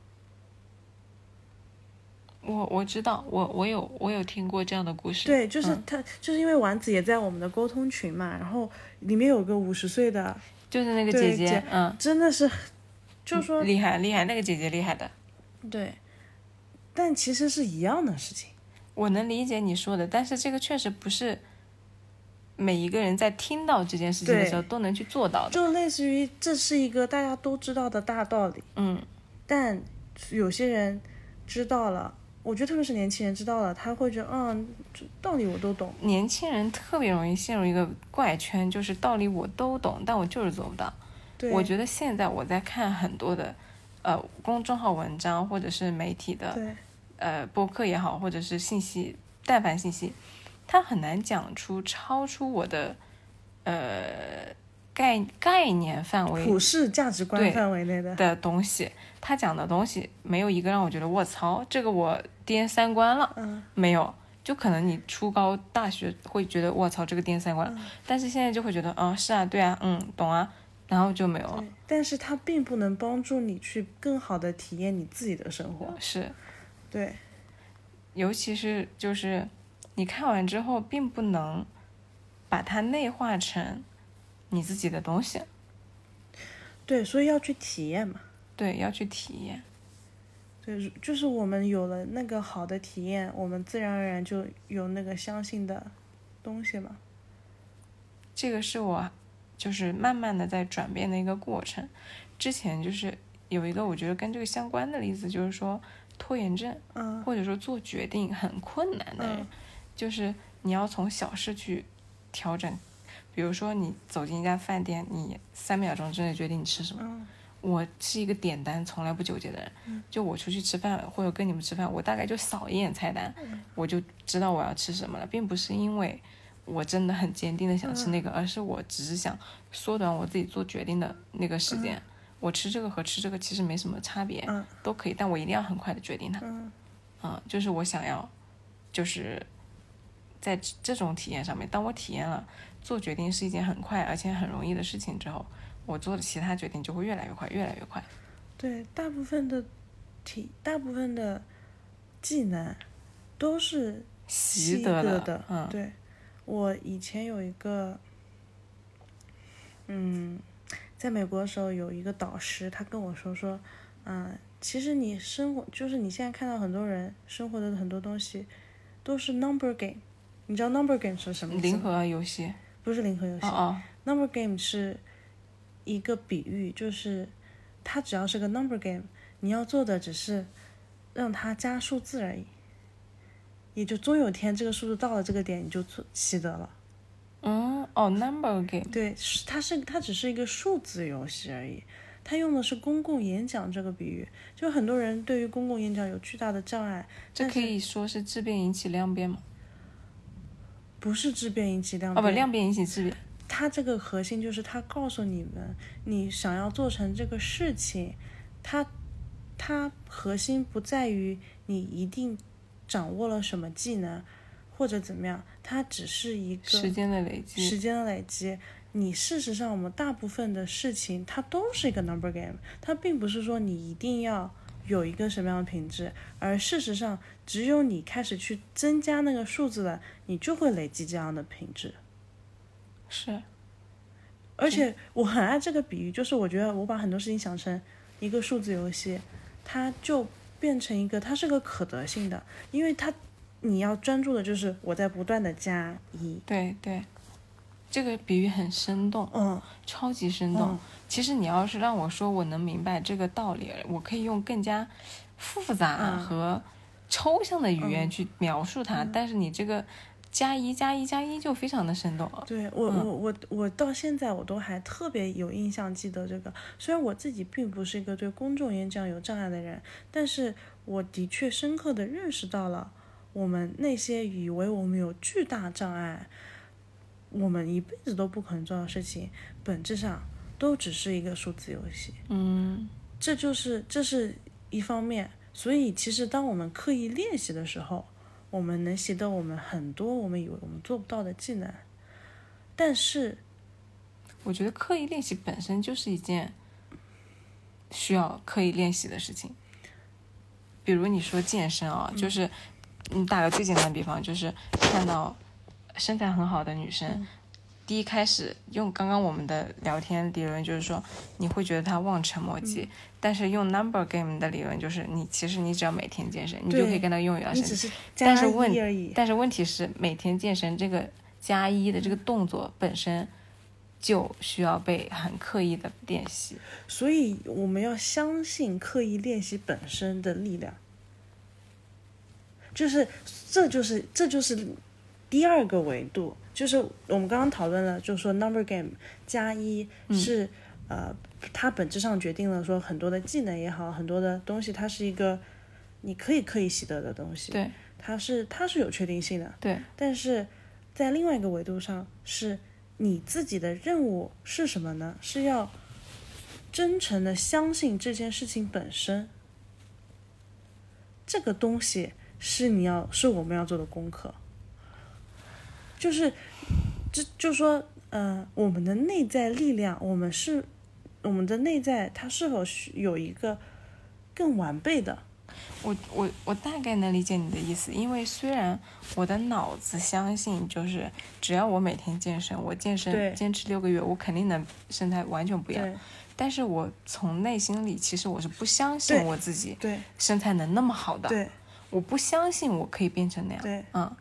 我我知道，我我有我有听过这样的故事。对，就是嗯他，就是因为丸子也在我们的沟通群嘛，然后里面有个五十岁的，就是那个对姐姐姐，嗯，真的是，就说厉害厉害，那个姐姐厉害的。对，但其实是一样的事情。我能理解你说的，但是这个确实不是每一个人在听到这件事情的时候对都能去做到的。就类似于这是一个大家都知道的大道理，嗯，但有些人知道了，我觉得特别是年轻人知道了，他会觉得嗯，这道理我都懂。年轻人特别容易陷入一个怪圈，就是道理我都懂，但我就是做不到。对，我觉得现在我在看很多的呃公众号文章，或者是媒体的对呃播客也好，或者是信息，但凡信息，它很难讲出超出我的呃概概念范围普世价值观对范围内的，的东西，他讲的东西没有一个让我觉得卧槽，这个我颠三观了，嗯，没有。就可能你初高大学会觉得卧槽，这个颠三观嗯了，但是现在就会觉得啊、是啊，对啊，嗯，懂啊，然后就没有了对。，但是它并不能帮助你去更好的体验你自己的生活。是，对，尤其是就是你看完之后，并不能把它内化成你自己的东西，对，所以要去体验嘛。对，要去体验。对，就是我们有了那个好的体验，我们自然而然就有那个相信的东西嘛。这个是我就是慢慢的在转变的一个过程。之前就是有一个我觉得跟这个相关的例子，就是说拖延症嗯或者说做决定很困难的人，嗯就是你要从小事去调整。比如说你走进一家饭店，你三秒钟之内决定你吃什么。嗯我是一个点单从来不纠结的人，就我出去吃饭或者跟你们吃饭，我大概就扫一眼菜单，嗯我就知道我要吃什么了，并不是因为我真的很坚定的想吃那个，嗯而是我只是想缩短我自己做决定的那个时间。我吃这个和吃这个其实没什么差别，嗯都可以，但我一定要很快的决定它。嗯嗯，就是我想要，就是在这这种体验上面，当我体验了做决定是一件很快而且很容易的事情之后，我做的其他决定就会越来越快，越来越快。对，大部分的体，大部分的技能都是习得得的，的嗯，对，我以前有一个，嗯，在美国的时候有一个导师，他跟我说说，嗯、其实你生活就是你现在看到很多人生活的很多东西都是 number game，你知道 number game 是什么意思吗？零和游戏，不是零和游戏、哦哦， number game 是一个比喻，就是它只要是个 number game，你要做的只是让它加数字而已。也就终有一天这个数字到了这个点，你就做习得了。嗯，哦，number game，对，是它是它只是一个数字游戏而已。它用的是公共演讲这个比喻，就很多人对于公共演讲有巨大的障碍，这但可是以说是质变引起量变吗？不是质变引起量哦，变。不，量变引起质变。它这个核心就是它告诉你们，你想要做成这个事情，它它核心不在于你一定掌握了什么技能或者怎么样，它只是一个时间的累时积，间的累积。你事实上，我们大部分的事情它都是一个 number game，它并不是说你一定要有一个什么样的品质，而事实上，只有你开始去增加那个数字了，你就会累积这样的品质。是，而且我很爱这个比喻，就是我觉得我把很多事情想成一个数字游戏，它就变成一个，它是个可得性的，因为它你要专注的就是我在不断的加一，对对，这个比喻很生动，嗯，超级生动。嗯，其实你要是让我说我能明白这个道理，我可以用更加复杂嗯和抽象的语言嗯去描述它，嗯但是你这个加一加一加一就非常的生动了。对我嗯我我我到现在我都还特别有印象记得这个，虽然我自己并不是一个对公众演讲有障碍的人，但是我的确深刻的认识到了我们那些以为我们有巨大障碍，我们一辈子都不可能做到的事情，本质上都只是一个数字游戏。嗯，这就是这是一方面，所以其实当我们刻意练习的时候，我们能习得我们很多我们以为我们做不到的技能，但是我觉得刻意练习本身就是一件需要刻意练习的事情。比如你说健身啊、就是你打个最简单的比方，就是看到身材很好的女生，嗯第一开始用刚刚我们的聊天理论，就是说你会觉得她望尘嗯莫及，但是用 number game 的理论，就是你其实你只要每天健身，你就对可以跟她拥有到你身只体。是加但是问一而已。但是问题是，每天健身这个加一的这个动作本身就需要被很刻意的练习。所以我们要相信刻意练习本身的力量，就是这就是这就是第二个维度，就是我们刚刚讨论了，就是说 number game 加一嗯是、呃，它本质上决定了说很多的技能也好，很多的东西它是一个你可以刻意习得的东西，对它是它是有确定性的，对但是在另外一个维度上，是你自己的任务是什么呢？是要真诚的相信这件事情本身，这个东西是你要是我们要做的功课，就是这就说，呃，我们的内在力量，我们是我们的内在，它是否是有一个更完备的？我我我大概能理解你的意思，因为虽然我的脑子相信，就是只要我每天健身，我健对身坚持六个月，我肯定能身材完全不一样。对但是我从内心里其实我是不相信对我自己对身材能那么好的，对我不相信我可以变成那样。对。嗯，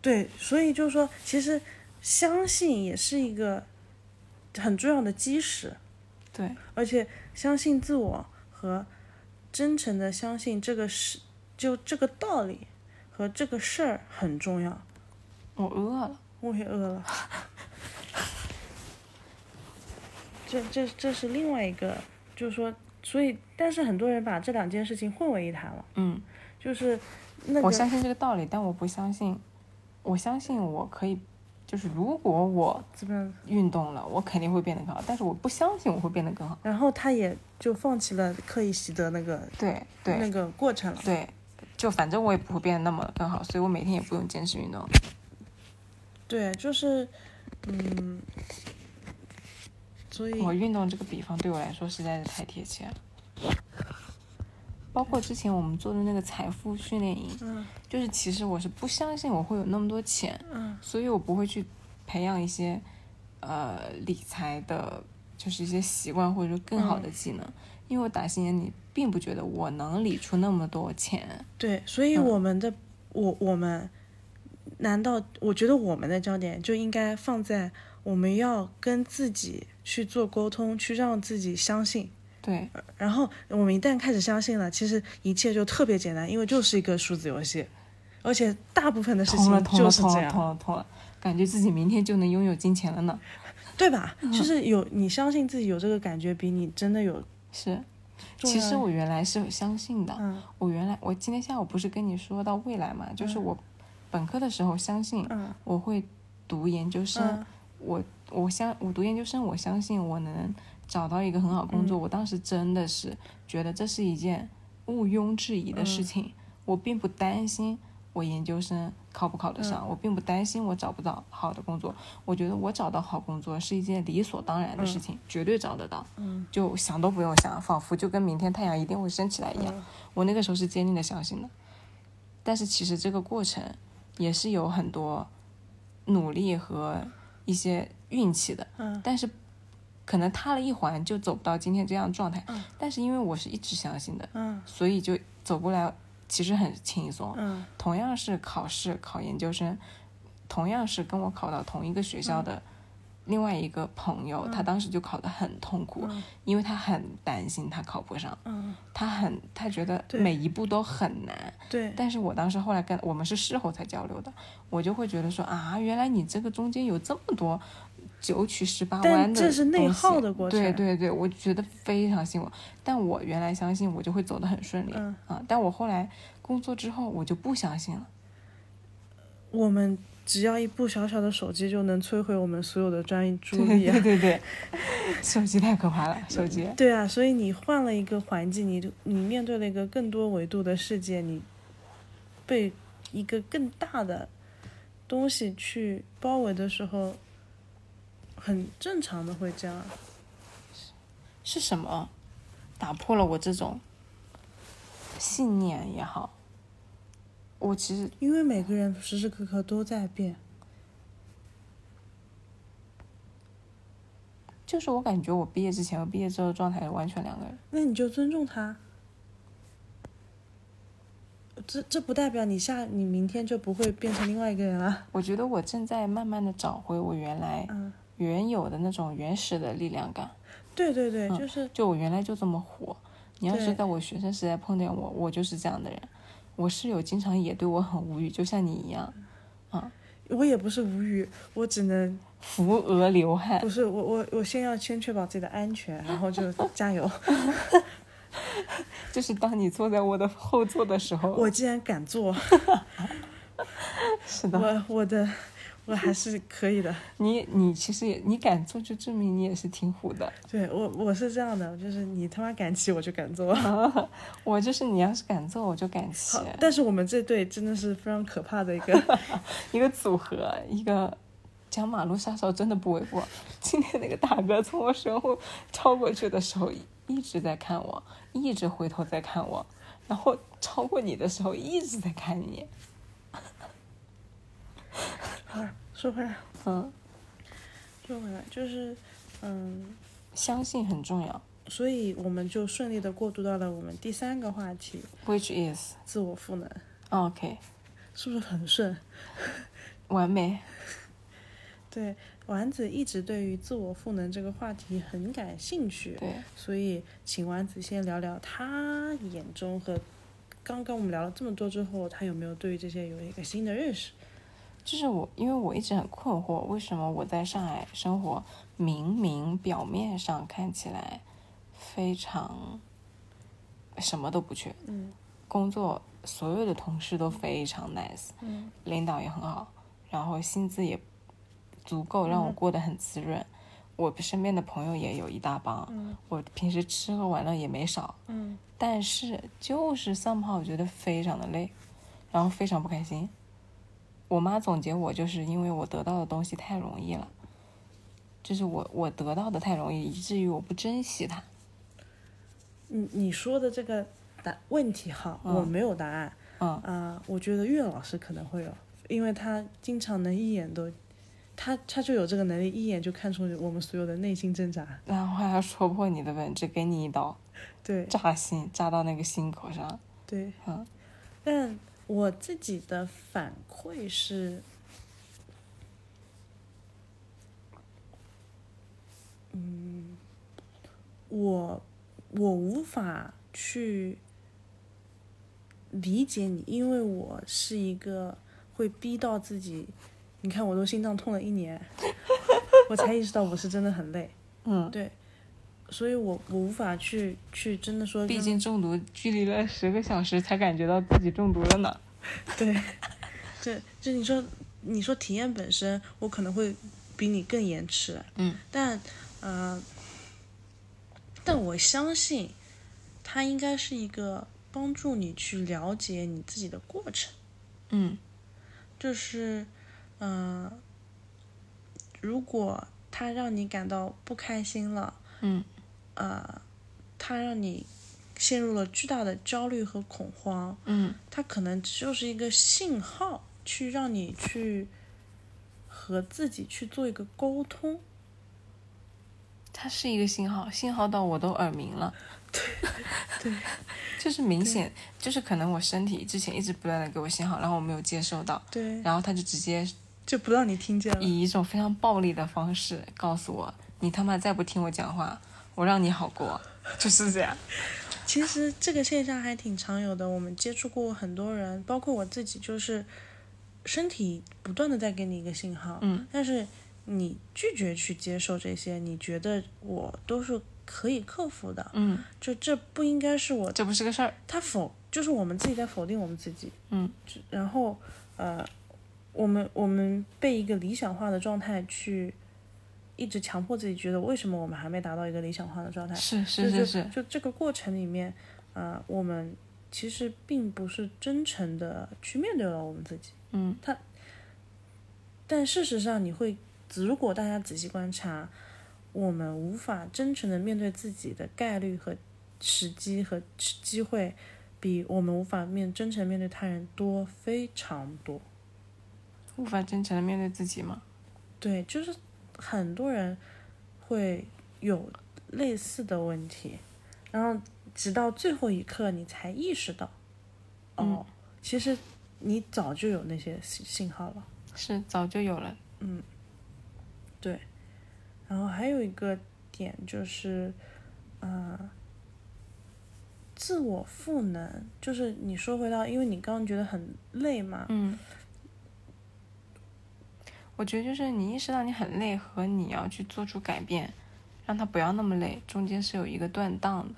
对，所以就是说，其实相信也是一个很重要的基石，对而且相信自我和真诚的相信这个事，就这个道理和这个事儿很重要。我饿了。我也饿了， [LAUGHS] 这这这是另外一个，就是说，所以但是很多人把这两件事情混为一谈了，嗯。就是那我个相信这个道理，但我不相信。我相信我可以，就是如果我怎么样运动了，我肯定会变得更好。但是我不相信我会变得更好。然后他也就放弃了刻意习得那个对那对个过程了。对，就反正我也不会变得那么更好，所以我每天也不用坚持运动。对，就是，嗯，所以我运动这个比方对我来说实在是太贴切了。包括之前我们做的那个财富训练营，嗯就是其实我是不相信我会有那么多钱，嗯所以我不会去培养一些呃理财的，就是一些习惯或者说更好嗯的技能，因为我打心眼里并不觉得我能理出那么多钱。对，所以嗯我们的、我我们，难道我觉得我们的焦点就应该放在我们要跟自己去做沟通，去让自己相信。对然后我们一旦开始相信了，其实一切就特别简单，因为就是一个数字游戏，而且大部分的事通了情通就了是通这了通样，了通了，感觉自己明天就能拥有金钱了呢。对吧？就是有你相信自己有这个感觉，比你真的有是，重其要实我原来是相信的，嗯我原来我今天下午不是跟你说到未来嘛，就是我本科的时候相信嗯我会读研究生。嗯我我相我读研究生，我相信我能找到一个很好工嗯作。我当时真的嗯是觉得这是一件毋庸置疑的事情，我并不担心我研究生考不考得嗯上，我并不担心我找不到好的工作。我觉得我找到好工作是一件理所当然的事情，绝对找得到，嗯就想都不用想，仿佛就跟明天太阳一定会升起来一嗯样。我那个时候是坚定的相信的，但是其实这个过程也是有很多努力和一些运气的，嗯但是可能踏了一环就走不到今天这样的状态。嗯但是因为我是一直相信的，嗯所以就走过来，其实很轻松。嗯同样是考试考研究生，同样是跟我考到同一个学校嗯的另外一个朋友，他当时就考得很痛苦，嗯因为他很担心他考不上，嗯，他很他觉得对每一步都很难。对，但是我当时后来跟我们是事后才交流的，我就会觉得说啊，原来你这个中间有这么多九曲十八但弯的，这是内耗的过程对对对，我觉得非常幸福。但我原来相信我就会走得很顺利、嗯啊，但我后来工作之后我就不相信了。我们只要一部小小的手机就能摧毁我们所有的专注对力啊对！ [LAUGHS] 对对， [LAUGHS] 手机太可怕了，手机。 [LAUGHS] 对啊，所以你换了一个环境，你就你面对了一个更多维度的世界，你被一个更大的东西去包围的时候，很正常的会这样啊。是什么打破了我这种信念也好？我其实因为每个人时时刻刻都在变，就是我感觉我毕业之前和毕业之后的状态完全两个人。那你就尊重他。这这不代表你下你明天就不会变成另外一个人了。我觉得我正在慢慢的找回我原来嗯，原有的那种原始的力量感。对对对，嗯就是就我原来就这么火，你要是对在我学生时代碰见我，我就是这样的人。我室友经常也对我很无语，就像你一样，我也不是无语，我只能扶额流汗不。是我我我先要先确保自己的安全，然后 [LAUGHS] 就加油。就是当你坐在我的后座的时候，我竟然敢做， [LAUGHS] 是的，我我的我还是可以的。你你其实也你敢做，就证明你也是挺虎的。对我我是这样的，就是你他妈敢骑我就敢做。我就是你要是敢做，我就敢骑好，，但是我们这对真的是非常可怕的一个 [LAUGHS] 一个组合，一个。讲马路杀手真的不为过。今天那个大哥从我身后超过去的时候，一直在看我，一直回头在看我，然后超过你的时候一直在看你。啊。说回来，嗯，说回来，就是嗯，相信很重要。所以我们就顺利的过渡到了我们第三个话题 Which is ——自我赋能， OK，是不是很顺？完美。对，丸子一直对于自我赋能这个话题很感兴趣。对，所以，请丸子先聊聊他眼中和刚刚我们聊了这么多之后，他有没有对于这些有一个新的认识？就是我，因为我一直很困惑，为什么我在上海生活，明明表面上看起来非常什么都不缺，嗯工作所有的同事都非常 nice，嗯领导也很好，然后薪资也足嗯够让我过得很滋润。我身边的朋友也有一大帮，嗯我平时吃喝玩乐也没少，嗯但是就是 somehow 我觉得非常的累，然后非常不开心。我妈总结我，就是因为我得到的东西太容易了，就是我我得到的太容易，以至于我不珍惜它。你你说的这个答问题哈，嗯我没有答案嗯啊、我觉得岳老师可能会有，因为他经常能一眼都，他他就有这个能力，一眼就看出我们所有的内心挣扎。然后还要戳破你的本质，给你一刀对扎心，扎到那个心口上。对，嗯但我自己的反馈是，嗯，我我无法去理解你，因为我是一个会逼到自己，你看我都心脏痛了一年， [LAUGHS] 我才意识到我是真的很累，嗯，对，所以我我无法去去真的说让，毕竟中毒距离了十个小时，才感觉到自己中毒了呢。对，对，就你说，你说体验本身，我可能会比你更延迟，嗯，但，呃，但我相信，它应该是一个帮助你去了解你自己的过程，嗯就是，嗯、如果他让你感到不开心了，嗯呃，他让你陷入了巨大的焦虑和恐慌，嗯它可能就是一个信号，去让你去和自己去做一个沟通。它是一个信号，信号到我都耳鸣 [LAUGHS] 了。对，就是明显，就是可能我身体之前一直不断的给我信号，然后我没有接收到，对，然后他就直接就不让你听见了。以一种非常暴力的方式告诉我，你他妈再不听我讲话，我让你好过， [LAUGHS] 就是这样。其实这个现象还挺常有的，我们接触过很多人，包括我自己，就是身体不断的在给你一个信号，嗯，但是你拒绝去接受这些，你觉得我都是可以克服的，嗯，就这不应该是我，这不是个事儿。他否就是我们自己在否定我们自己，嗯只，然后呃，我们我们被一个理想化的状态去。一直强迫自己觉得为什么我们还没达到一个理想化的状态，是就是是是，就这个过程里面，呃，我们其实并不是真诚的去面对了我们自己，嗯但事实上你会，如果大家仔细观察，我们无法真诚的面对自己的概率和时机和机会，比我们无法面真诚面对他人多非常多。无法真诚的面对自己嘛。对，就是很多人会有类似的问题，然后直到最后一刻你才意识到，哦，嗯其实你早就有那些信信号了。是早就有了，然后还有一个点就是，呃，自我赋能，就是你说回到，因为你刚刚觉得很累嘛，嗯，我觉得就是你意识到你很累和你要去做出改变，让他不要那么累，中间是有一个断档的。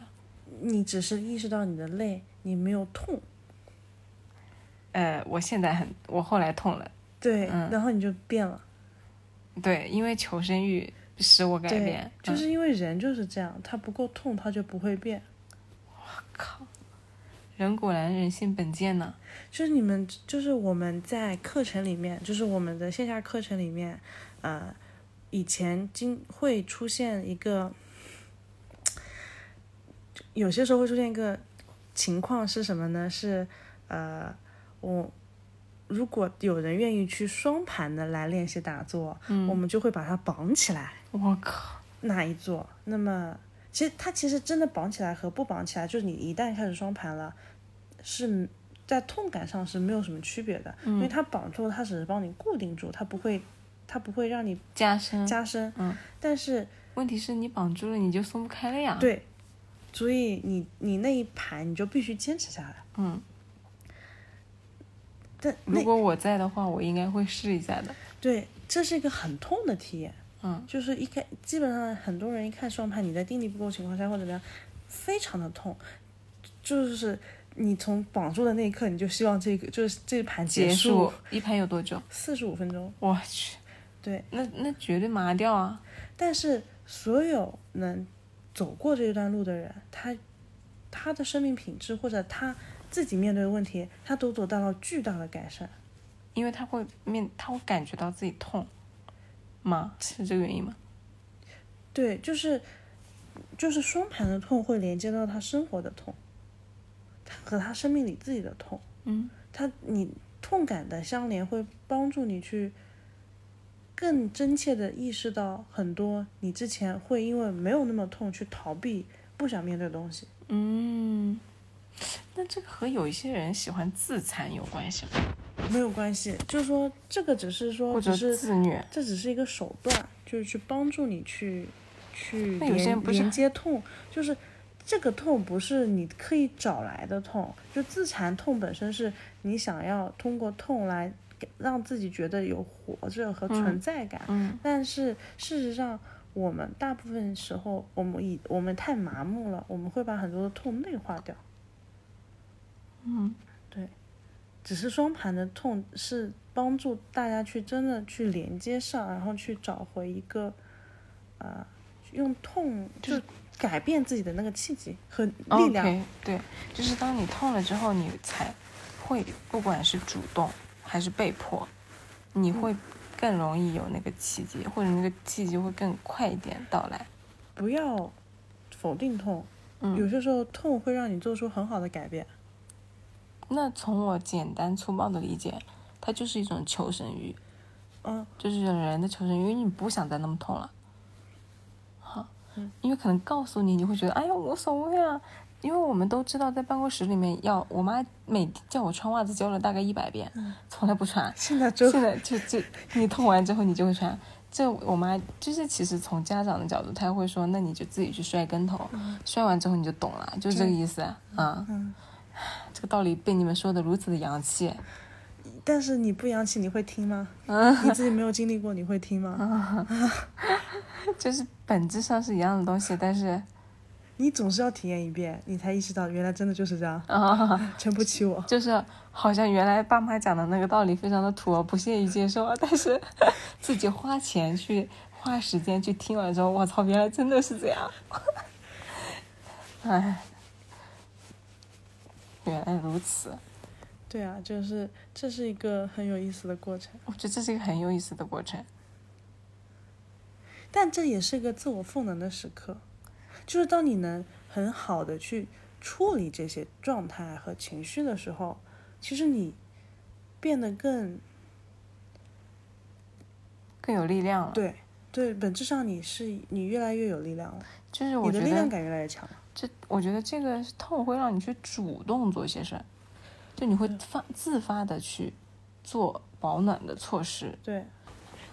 你只是意识到你的累，你没有痛，呃，我现在很，我后来痛了，对，嗯然后你就变了。对，因为求生欲使我改对变，就是嗯、因为人就是这样，他不够痛，他就不会变。靠，人果然人性本贱呢。就是你们，就是我们在课程里面，就是我们的线下课程里面，呃，以前经会出现一个，有些时候会出现一个情况是什么呢？是呃，我如果有人愿意去双盘的来练习打坐，我嗯，们就会把它绑起来。我靠，那一座。那么，其实它其实真的绑起来和不绑起来，就是你一旦开始双盘了，是在痛感上是没有什么区别的，嗯因为它绑住它只是帮你固定住，它不会它不会让你加深。加深。嗯但是问题是你绑住了，你就松不开了呀。，对，所以你你那一盘你就必须坚持下来。嗯，但那如果我在的话，我应该会试一下的。对，这是一个很痛的体验。嗯，就是一开，基本上很多人一看双盘，你在定力不够的情况下或者怎么样，非常的痛，就是你从绑住的那一刻，你就希望这个就是这一盘结束一盘有 [LAUGHS] 多久？四十五分钟。我去，对，那那绝对麻掉啊！但是所有能走过这一段路的人，他他的生命品质或者他自己面对的问题，他都得到了巨大的改善。因为他会面，他会感觉到自己痛吗？是这个原因吗？对，就是就是双盘的痛会连接到他生活的痛，他和他生命里自己的痛。嗯，它你痛感的相连会帮助你去更真切的意识到很多你之前会因为没有那么痛去逃避、不想面对的东西。嗯，那这个和有一些人喜欢自残有关系吗？没有关系，就是说这个只是说或者只是自虐？这只是一个手段，就是去帮助你去去那有些人连不是连接痛，就是这个痛不是你刻意找来的痛，就自残痛本身是你想要通过痛来给让自己觉得有活着和存嗯在感，嗯但是事实上，我们大部分时候，我们以我们太麻木了，我们会把很多的痛内化掉。嗯，只是双盘的痛是帮助大家去真的去连接上，然后去找回一个，呃，用痛就哦就是改变自己的那个契机和力量。 OK，对，就是当你痛了之后，你才会不管是主动还是被迫，你会更容易有那个契机，或者那个契机会更快一点到来。不要否定痛，有嗯，些时候痛会让你做出很好的改变。那从我简单粗暴的理解，它就是一种求生欲，嗯，就是人的求生欲，因为你不想再那么痛了，哈嗯，因为可能告诉你，你会觉得哎呀无所谓啊，因为我们都知道在办公室里面要，我妈每叫我穿袜子教了大概一百遍，嗯从来不穿，现在就现在就就你痛完之后你就会穿。这我妈就是其实从家长的角度，她会说，那你就自己去摔跟头，摔完之后你就懂了，就是这个嗯对意思啊。嗯嗯，这个道理被你们说的如此的洋气，但是你不扬起，你会听吗？啊你自己没有经历过，你会听吗？就是本质上是一样的东西，但是你总是要体验一遍，你才意识到原来真的就是这样。啊、撑不起我，就是好像原来爸妈讲的那个道理非常的土啊，不屑于接受啊，但是 [LAUGHS] 自己花钱去花时间去听完之后，我操，原来真的是这样， [LAUGHS] 哎，原来如此，对啊，就是这是一个很有意思的过程，我觉得这是一个很有意思的过程。但这也是个自我赋能的时刻，就是当你能很好的去处理这些状态和情绪的时候，其实你变得更更有力量了，对对，本质上你是你越来越有力量了，就是我你的觉力量得感越来越强了。这，我觉得这个痛会让你去主动做些事，就你会嗯发自发的去做保暖的措施，对，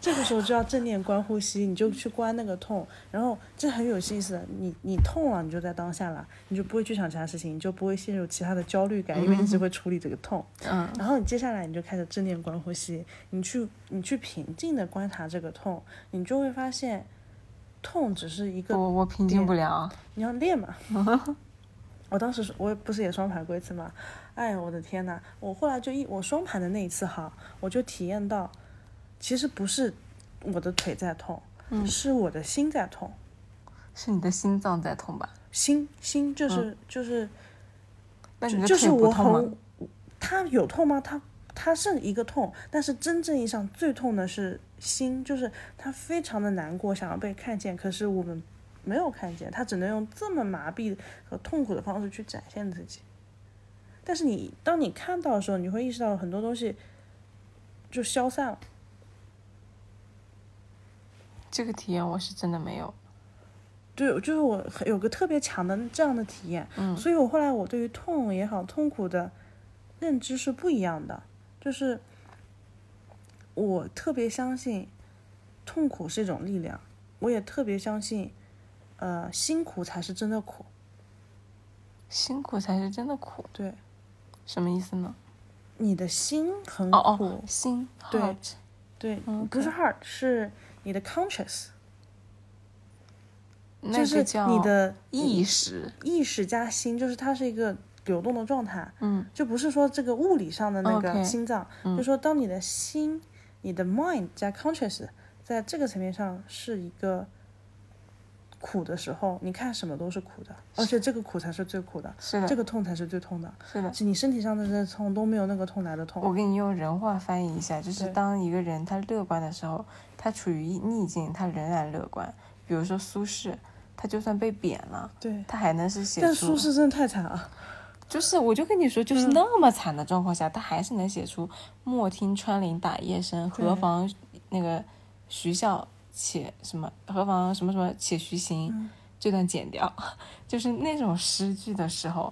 这个时候就要正念观呼吸，你就去观那个痛，然后这很有意思的。你你痛了，你就在当下了，你就不会去想其他事情，你就不会陷入其他的焦虑感，因为你只会处理这个痛。嗯。然后你接下来你就开始正念观呼吸，你去你去平静的观察这个痛，你就会发现，痛只是一个嗯我我平静不了，你要练嘛。我当时是我不是也双排过一次嘛，哎呀，我的天呐！我后来就一我双盘的那一次哈，我就体验到，其实不是我的腿在痛，嗯是我的心在痛。是你的心脏在痛吧？心心就是、就是那你就的就是腿不我痛吗很？，它有痛吗？它它是一个痛，但是真正意义上最痛的是心，就是他非常的难过，想要被看见，可是我们没有看见，他只能用这么麻痹和痛苦的方式去展现自己。但是你当你看到的时候，你会意识到很多东西就消散了。这个体验我是真的没有。对，就是我很有个特别强的这样的体验，嗯所以我后来我对于痛也好，痛苦的认知是不一样的。就是我特别相信痛苦是一种力量，我也特别相信，呃，辛苦才是真的苦。辛苦才是真的苦，对，什么意思呢？你的心很苦，哦哦，心对 heart 对，嗯不是，OK heart，是你的 conscious，那就个是叫你的意识，意识加心，就是它是一个流动的状态。嗯就不是说这个物理上的那个 OK，心脏嗯就说当你的心、你的 mind 加 conscious 在这个层面上是一个苦的时候，你看什么都是苦的，而且这个苦才是最苦的，是的这个痛才是最痛的，是的。哦就你身体上的这些痛都没有那个痛来的我痛。给你用人话翻译一下，就是对当一个人他乐观的时候，他处于逆境，他仍然乐观。比如说苏轼，他就算被贬了，对，他还能是写但出舒，适真的太惨了。就是我就跟你说，嗯就是那么惨的状况下，他还是能写出“莫听穿林打叶声，对何妨那个徐校且什么，何妨什么什么且徐行”嗯这段剪掉， [LAUGHS] 就是那种诗句的时候，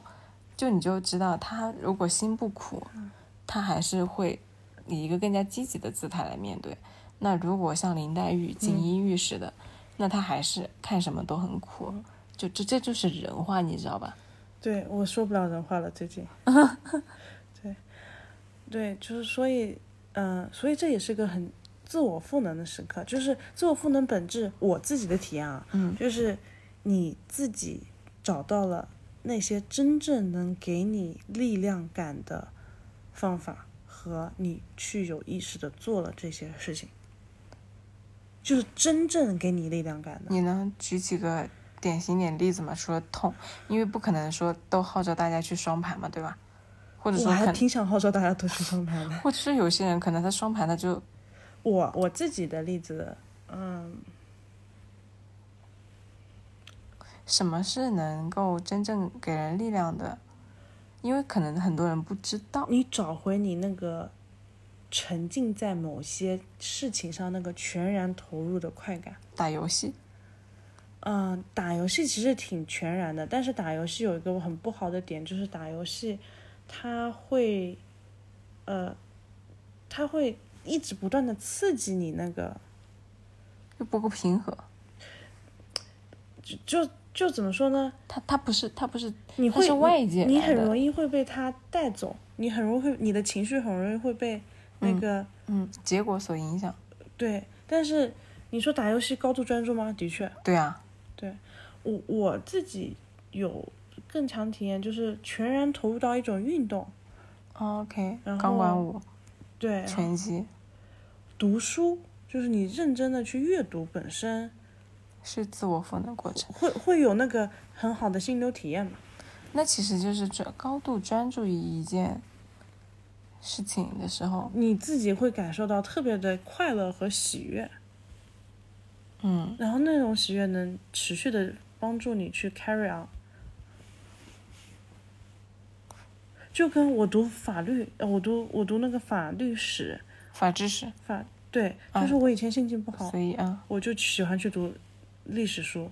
就你就知道他如果心不苦，嗯他还是会以一个更加积极的姿态来面对。那如果像林黛玉、嗯锦衣玉似的，那他还是看什么都很苦，嗯就这这就是人话，你知道吧？对，我说不了人话了，最近。 [LAUGHS] 对，对，就是所以，嗯、所以这也是个很自我赋能的时刻，就是自我赋能本质，我自己的体验啊，嗯就是你自己找到了那些真正能给你力量感的方法，和你去有意识的做了这些事情，就是真正给你力量感的。你能举几个典型点例子吗？除了痛，因为不可能说都号召大家去双盘嘛，对吧？或者我说还可挺想号召大家都去双排的。或者是有些人可能他双排他就我我自己的例子，嗯，什么是能够真正给人力量的，因为可能很多人不知道。你找回你那个沉浸在某些事情上那个全然投入的快感。打游戏，嗯，打游戏其实挺全然的，但是打游戏有一个很不好的点，就是打游戏，它会，呃，它会一直不断的刺激你那个，又不够平和。就就就怎么说呢？他他不是他不是你它会是你外界你来很的容易会被它带走，你很容易会，你的情绪很容易会被那个、嗯结果所影响。对，但是你说打游戏高度专注吗？的确，对啊，我我自己有更强体验，就是全然投入到一种运动， OK，哦然钢管后舞、对，啊然后拳击读书，就是你认真的去阅读本身，是自我赋能过程。会会有那个很好的心流体验嘛？那其实就是专高度专注于一件事情的时候，你自己会感受到特别的快乐和喜悦，嗯，然后那种喜悦能持续的帮助你去 carry on。就跟我读法律，呃我读我读那个法律史，法知识，法对，嗯就是我以前心情不好，所以啊，我就喜欢去读历史书，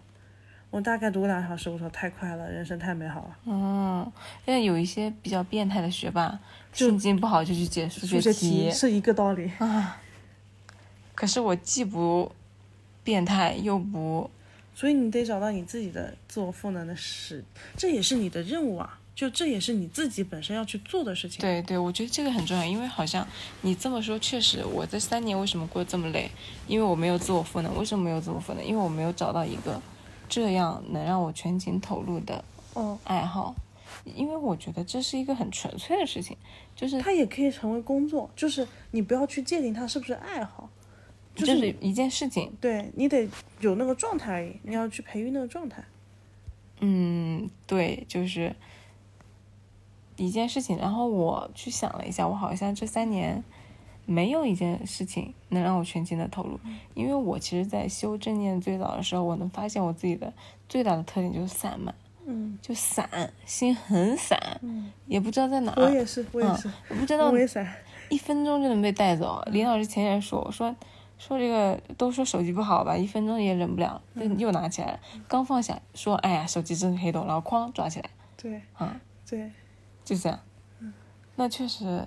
我大概读个两小时，我说太快了，人生太美好了。嗯，但有一些比较变态的学霸，就心情不好就去解数数学题题是一个道理。啊。可是我既不变态，又不所以你得找到你自己的自我赋能的事，这也是你的任务啊，就这也是你自己本身要去做的事情。，对对，我觉得这个很重要，因为好像你这么说，确实我这三年为什么过得这么累？因为我没有自我赋能。为什么没有自我赋能？因为我没有找到一个这样能让我全情投入的嗯，爱好，因为我觉得这是一个很纯粹的事情，就是它也可以成为工作，就是你不要去界定它是不是爱好，就就是是一件事情。对你得有那个状态而已，你要去培育那个状态。嗯，对，就是一件事情。然后我去想了一下，我好像这三年没有一件事情能让我全情的投入，嗯因为我其实，在修正念最早的时候，我能发现我自己的最大的特点就是散漫，嗯就散，心很散，嗯，也不知道在哪我儿，也是，我也是，我不知道我也嗯散。一分钟就能被带走。林老师前天说，我说说这个都说手机不好吧，一分钟也忍不了，嗯但又拿起来了，刚放下说，哎呀，手机真是黑洞，然后哐抓起来，对啊、对，就这样。嗯那确实，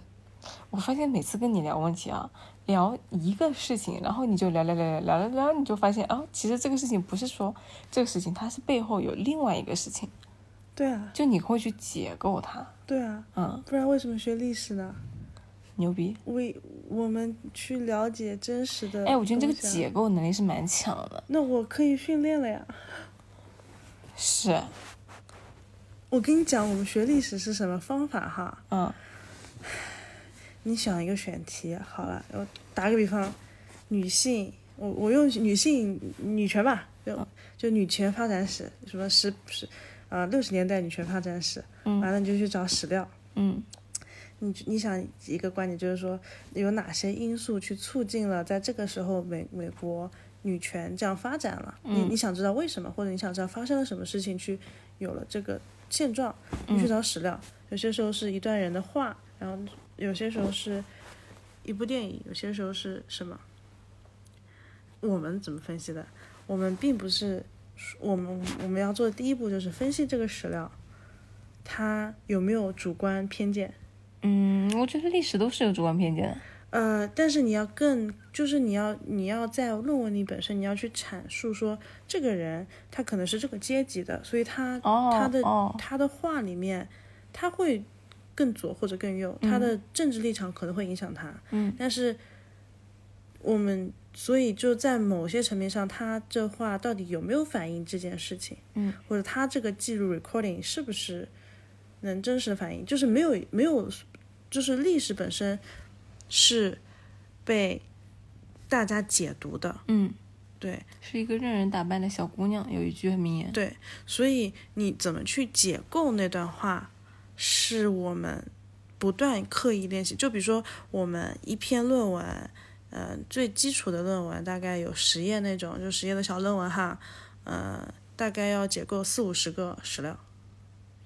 我发现每次跟你聊问题啊，聊一个事情，然后你就聊聊聊聊聊聊聊，你就发现啊，其实这个事情不是说这个事情，它是背后有另外一个事情，对啊，就你会去解构它。对啊，嗯，不然为什么学历史呢？牛逼！为我们去了解真实的东西啊。哎，我觉得这个解构能力是蛮强的。那我可以训练了呀。是，我跟你讲，我们学历史是什么方法哈？嗯你想一个选题，好了，我打个比方，女性，我我用女性女权吧，哦就就女权发展史，什么十十啊六十年代女权发展史，嗯完了你就去找史料，嗯你你想一个观点就是说，有哪些因素去促进了在这个时候美美国女权这样发展了？你嗯你想知道为什么，或者你想知道发生了什么事情去有了这个现状？你去嗯找史料，有些时候是一段人的话，然后有些时候是一部电影，有些时候是什么？我们怎么分析的？我们并不是我们我们要做的第一步就是分析这个史料，它有没有主观偏见？嗯，我觉得历史都是有主观偏见的。呃，但是你要更，就是你要你要在论文里本身，你要去阐述说这个人他可能是这个阶级的，所以他、哦他的、哦他的话里面他会更左或者更右，他的政治立场可能会影响他。嗯，但是我们所以就在某些层面上，他这话到底有没有反映这件事情？嗯，或者他这个记录 recording 是不是能真实的反映？就是没有没有，就是历史本身是被大家解读的，嗯，对是一个任人打扮的小姑娘，有一句名言。对，所以你怎么去解构那段话，是我们不断刻意练习。就比如说我们一篇论文，呃，最基础的论文大概有十页那种，就十页的小论文哈，呃，大概要解构四五十个史料。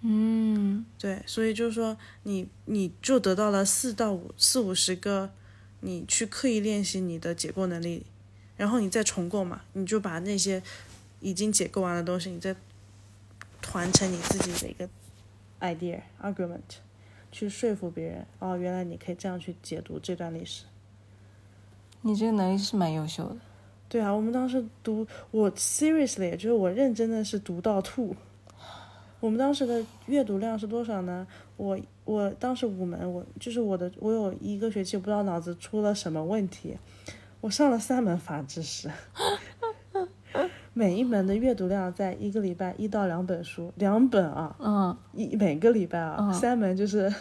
嗯，对，所以就是说你你就得到了四到五四五十个，你去刻意练习你的解构能力，然后你再重构嘛，你就把那些已经解构完的东西，你再团成你自己的一个 idea argument，去说服别人，哦，原来你可以这样去解读这段历史。你这个能力是蛮优秀的。对啊，我们当时读我 seriously，就是我认真的是读到吐。我们当时的阅读量是多少呢？我我当时五门，我就是我的，我有一个学期不知道脑子出了什么问题，我上了三门法知识， [LAUGHS] 每一门的阅读量在一个礼拜一到两本书，两本啊，嗯，一每个礼拜啊，嗯三门就是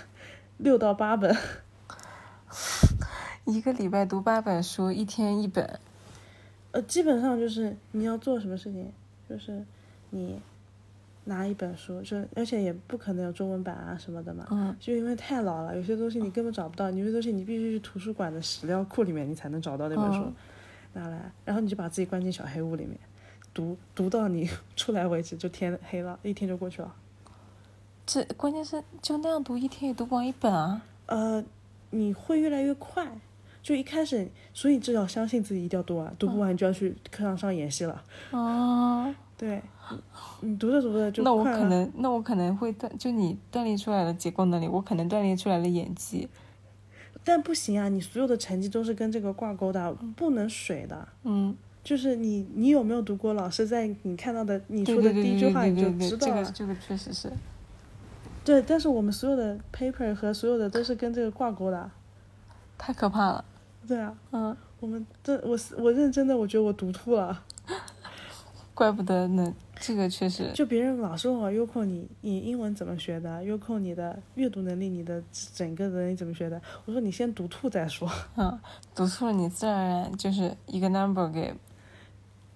六到八本。一个礼拜读八本书，一天一本。呃，基本上就是你要做什么事情，就是你拿一本书，就而且也不可能有中文版啊什么的嘛，嗯就因为太老了，有些东西你根本找不到，有些东西你必须去图书馆的史料库里面你才能找到那本书，嗯拿来，然后你就把自己关进小黑屋里面，读读到你 [LAUGHS] 出来为止，就天黑了，一天就过去了。这关键是就那样读，一天也读不完一本啊。呃，你会越来越快，就一开始，所以至少相信自己一定要读完，读不完就要去课堂上演戏了。哦，对，你你读着读着啊就那我快可了能，那我可能会锻，就你锻炼出来的结构能力，我可能锻炼出来了演技。但不行啊，你所有的成绩都是跟这个挂钩的，不能水的。嗯，就是你，你有没有读过老师在你看到的你对说的对第对一句对话，对你就对对知道这个了。这个确实是。对，但是我们所有的 paper 和所有的都是跟这个挂钩的。太可怕了。对啊，嗯，我们这我我认真的，我觉得我读吐了。怪不得呢，这个确实就别人老是问我优酷你你英文怎么学的？优酷你的阅读能力，你的整个能力怎么学的？我说你先读吐再说。读错了，你自然而然就是一个 number 给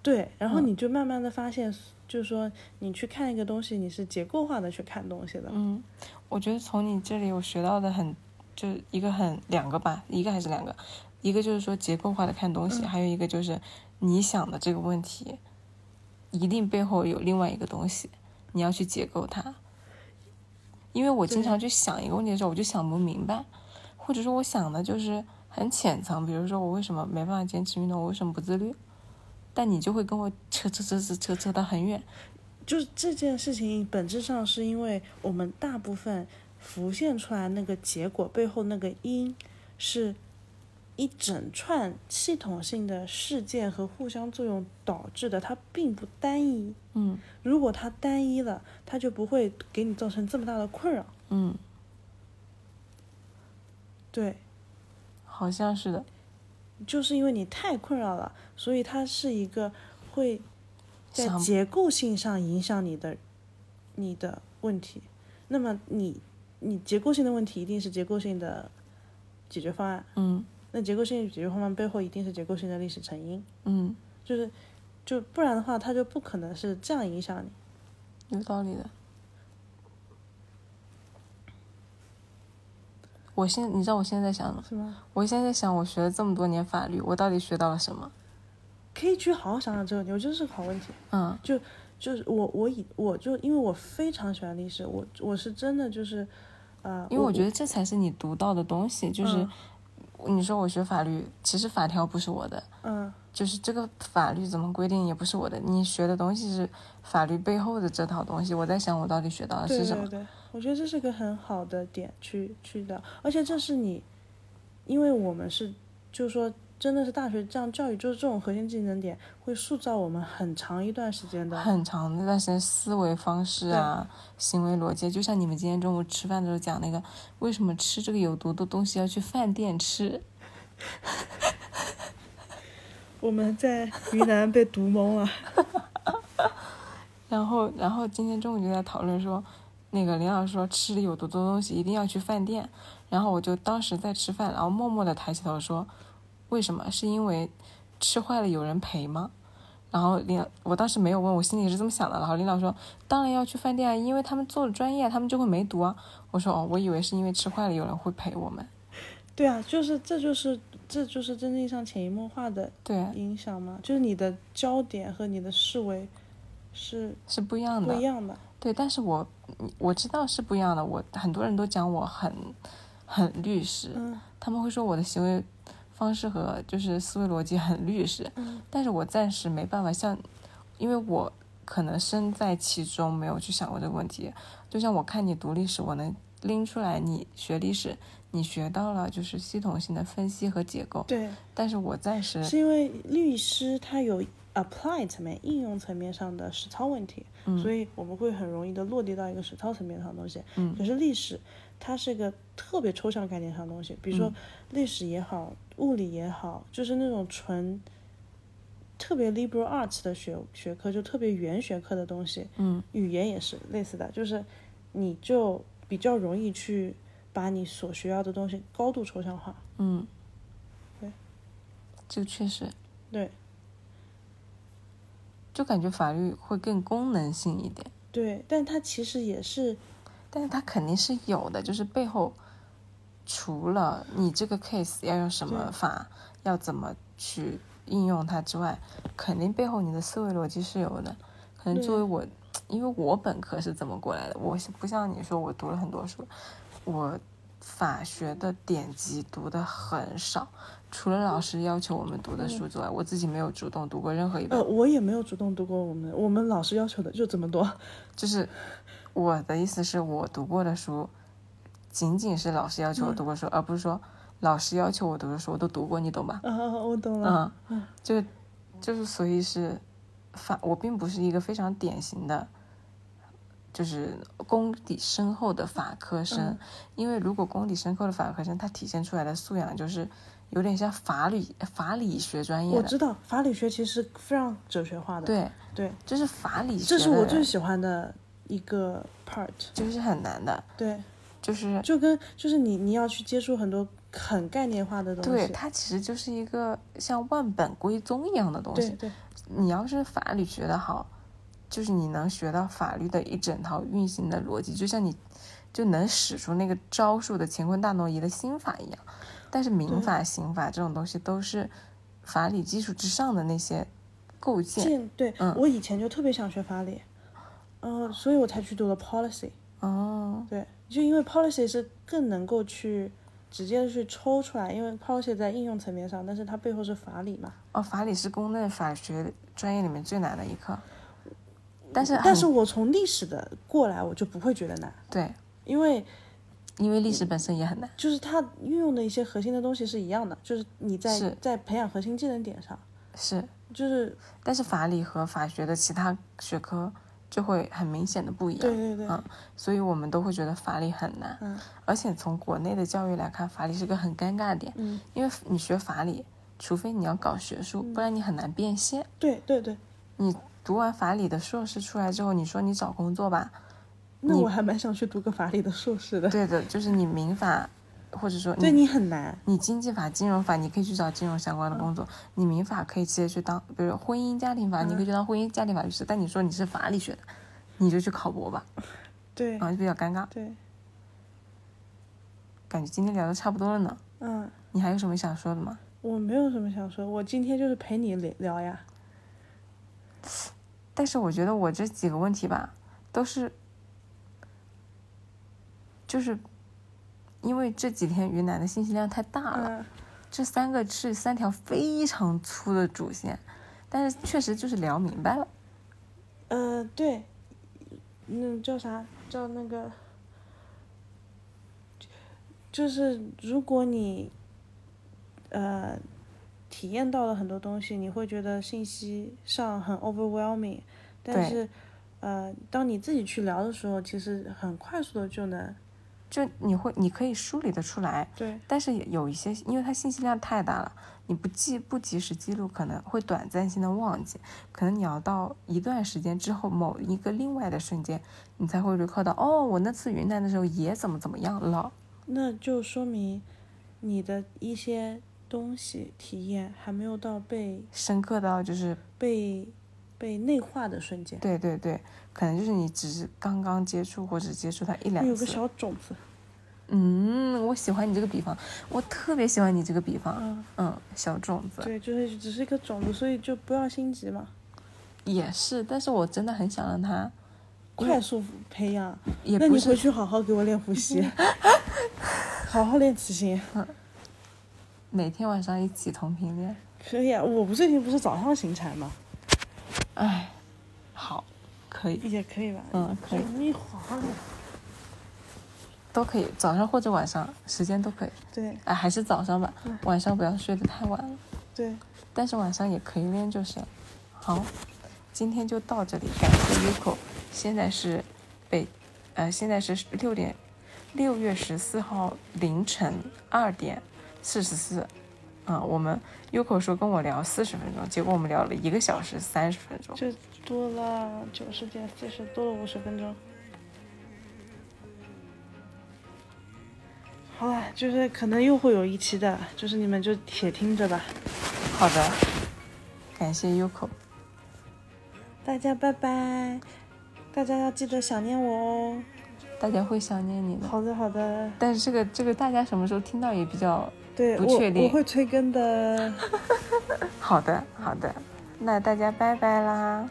对，然后嗯你就慢慢的发现，就是说你去看一个东西，你是结构化的去看东西的。嗯，我觉得从你这里我学到的很，就是一个很两个吧，一个还是两个，一个就是说结构化的看东西，嗯还有一个就是你想的这个问题，一定背后有另外一个东西，你要去解构它。因为我经常去想一个问题的时候，我就想不明白，或者说我想的就是很浅层，比如说我为什么没办法坚持运动，我为什么不自律，但你就会跟我扯扯扯扯扯扯到很远。就是这件事情本质上是因为我们大部分浮现出来那个结果背后那个因，是一整串系统性的事件和互相作用导致的，它并不单一。嗯如果它单一了，它就不会给你造成这么大的困扰。嗯，对，好像是的。就是因为你太困扰了，所以它是一个会在想结构性上影响你的你的问题。那么你你结构性的问题一定是结构性的解决方案，嗯那结构性解决方案背后一定是结构性的历史成因，嗯。就是就不然的话，它就不可能是这样影响你。有道理的。我现你知道我现在在想什么？是吗？我现在在想，我学了这么多年法律，我到底学到了什么？可以去好好想想这个问题，我觉得是个好问题。嗯就是我我以我就因为我非常喜欢历史，我我是真的就是，呃，因为我觉得这才是你读到的东西。就是嗯你说我学法律，其实法条不是我的，嗯。就是这个法律怎么规定也不是我的。你学的东西是法律背后的这套东西。我在想，我到底学到的对是什对么？对，我觉得这是个很好的点去去聊，而且这是你，因为我们是，就是说真的是大学这样教育，就是这种核心技能点会塑造我们很长一段时间的。很长的一段时间思维方式啊，行为逻辑，就像你们今天中午吃饭的时候讲那个，为什么吃这个有毒的东西要去饭店吃？我们在云南被毒懵了， [LAUGHS] 然后，然后今天中午就在讨论说，那个林老师说吃有毒的东西一定要去饭店，然后我就当时在吃饭，然后默默的抬起头说，为什么？是因为吃坏了有人赔吗？然后领导，我当时没有问，我心里是这么想的。然后领导说，当然要去饭店啊，因为他们做了专业啊，他们就会没毒啊。我说哦，我以为是因为吃坏了有人会陪我们。对啊，就是这就是这就是真正上潜移默化的对，影响嘛，就是你的焦点和你的思维是是不一样不的一。样的。对，但是我我知道是不一样的。我很多人都讲我很很律师，嗯他们会说我的行为方式和就是思维逻辑很律师，嗯但是我暂时没办法像，因为我可能身在其中，没有去想过这个问题。就像我看你读历史，我能拎出来你学历史，你学到了就是系统性的分析和结构，对，但是我暂时是因为律师他有 apply 层面、应用层面上的实操问题，所以我们会很容易的落地到一个实操层面上的东西。嗯可是历史，它是一个特别抽象概念上的东西，比如说嗯历史也好，物理也好，就是那种纯特别 liberal arts 的学学科，就特别原学科的东西。嗯语言也是类似的，就是你就比较容易去把你所学到的东西高度抽象化。嗯，对，这个确实对就感觉法律会更功能性一点。对，但它其实也是但是它肯定是有的，就是背后除了你这个 case 要用什么对法，要怎么去应用它之外，肯定背后你的思维逻辑是有的。可能作为对我，因为我本科是怎么过来的，我是不像你说我读了很多书，我法学的典籍读的很少，除了老师要求我们读的书之外，嗯我自己没有主动读过任何一本呃，我也没有主动读过我们我们老师要求的就这么多。 [LAUGHS] 就是我的意思是我读过的书，仅仅是老师要求我读过嗯书，而不是说老师要求我读的书我都读过，你懂吧？啊，我懂了。嗯，就就是所以是法，我并不是一个非常典型的。就是功底深厚的法科生，嗯因为如果功底深厚的法科生，他体现出来的素养就是有点像法理法理学专业我的，知道法理学其实是非常哲学化的。对，对，就是法理学这的人，是我最喜欢的一个 part。就是很难的，对，就是就跟就是你你要去接触很多很概念化的东对，西。它其实就是一个像万本归宗一样的东对西。对你要是法律学得好，就是你能学到法律的一整套运行的逻辑，就像你就能使出那个招数的乾坤大挪移的心法一样。但是民对法、刑法这种东西都是法理基础之上的那些构建。进对、嗯我以前就特别想学法理，呃，所以我才去读了 policy。哦，对，就因为 policy 是更能够去直接的去抽出来，因为 policy 在应用层面上，但是它背后是法理嘛。哦，法理是公认法学专业里面最难的一课，但是但很是我从历史的过来，我就不会觉得难，对，因为因为历史本身也很难。就是它运用的一些核心的东西是一样的，就是你在是在培养核心技能点上，是，就是但是法理和法学的其他学科就会很明显的不一样。对对对，嗯所以我们都会觉得法理很难。嗯而且从国内的教育来看，法理是个很尴尬的点，嗯，因为你学法理，除非你要搞学术，不然你很难变现。对对对，你读完法理的硕士出来之后，你说你找工作吧，那你我还蛮想去读个法理的硕士 [LAUGHS] 的，对的，嗯就是你民法，或者说对你很难，你经济法、金融法，你可以去找金融相关的工作；你民法可以直接去当，比如婚姻家庭法，嗯你可以去当婚姻家庭法律师。但你说你是法理学的，你就去考博吧，对然后就比较尴尬。对，感觉今天聊的差不多了呢，嗯。你还有什么想说的吗？我没有什么想说，我今天就是陪你聊聊呀。但是我觉得我这几个问题吧，都是，就是因为这几天云南的信息量太大了，嗯，这三个是三条非常粗的主线，但是确实就是聊明白了。呃，对，那叫啥？叫那个，就是如果你，呃，体验到了很多东西，你会觉得信息上很 overwhelming，但对是，呃，当你自己去聊的时候，其实很快速的就能就你会，你可以梳理得出来，对但是也有一些，因为它信息量太大了，你不记不及时记录，可能会短暂性的忘记，可能你要到一段时间之后，某一个另外的瞬间，你才会 recall 到，哦，我那次云南的时候也怎么怎么样了，那就说明你的一些东西体验还没有到被深刻到就是被被内化的瞬间，对对对，可能就是你只是刚刚接触或者接触它一两会次，有个小种子。嗯，我喜欢你这个比方，我特别喜欢你这个比方。嗯，嗯，小种子对，就是只是一个种子，所以就不要心急嘛，也是，但是我真的很想让它，我也快速培养。也那不你是回去好好给我练 [LAUGHS] 呼吸，好好练磁性。每天晚上一起同频恋。可以啊，我不最近不是早上行禅嘛，哎，好，可以，也可以吧。嗯，可以，你好好练。都可以，早上或者晚上，时间都可以。对哎，还是早上吧，晚上不要睡得太晚了，对，但是晚上也可以练就是了。好，今天就到这里，感谢 Yuko。现在是北，呃，现在是六点，六月十四号凌晨二点四十四。啊，我们 Yuko 说跟我聊四十分钟，结果我们聊了一个小时三十分钟。就多了九十点四十，多了五十分钟。好了，就是可能又会有一期的，就是你们就且听着吧。好的，感谢 Yuko。大家拜拜，大家要记得想念我哦。大家会想念你的。好的，好的，但是这个这个大家什么时候听到也比较对不我确定我会催更的。好的，好的，那大家拜拜啦。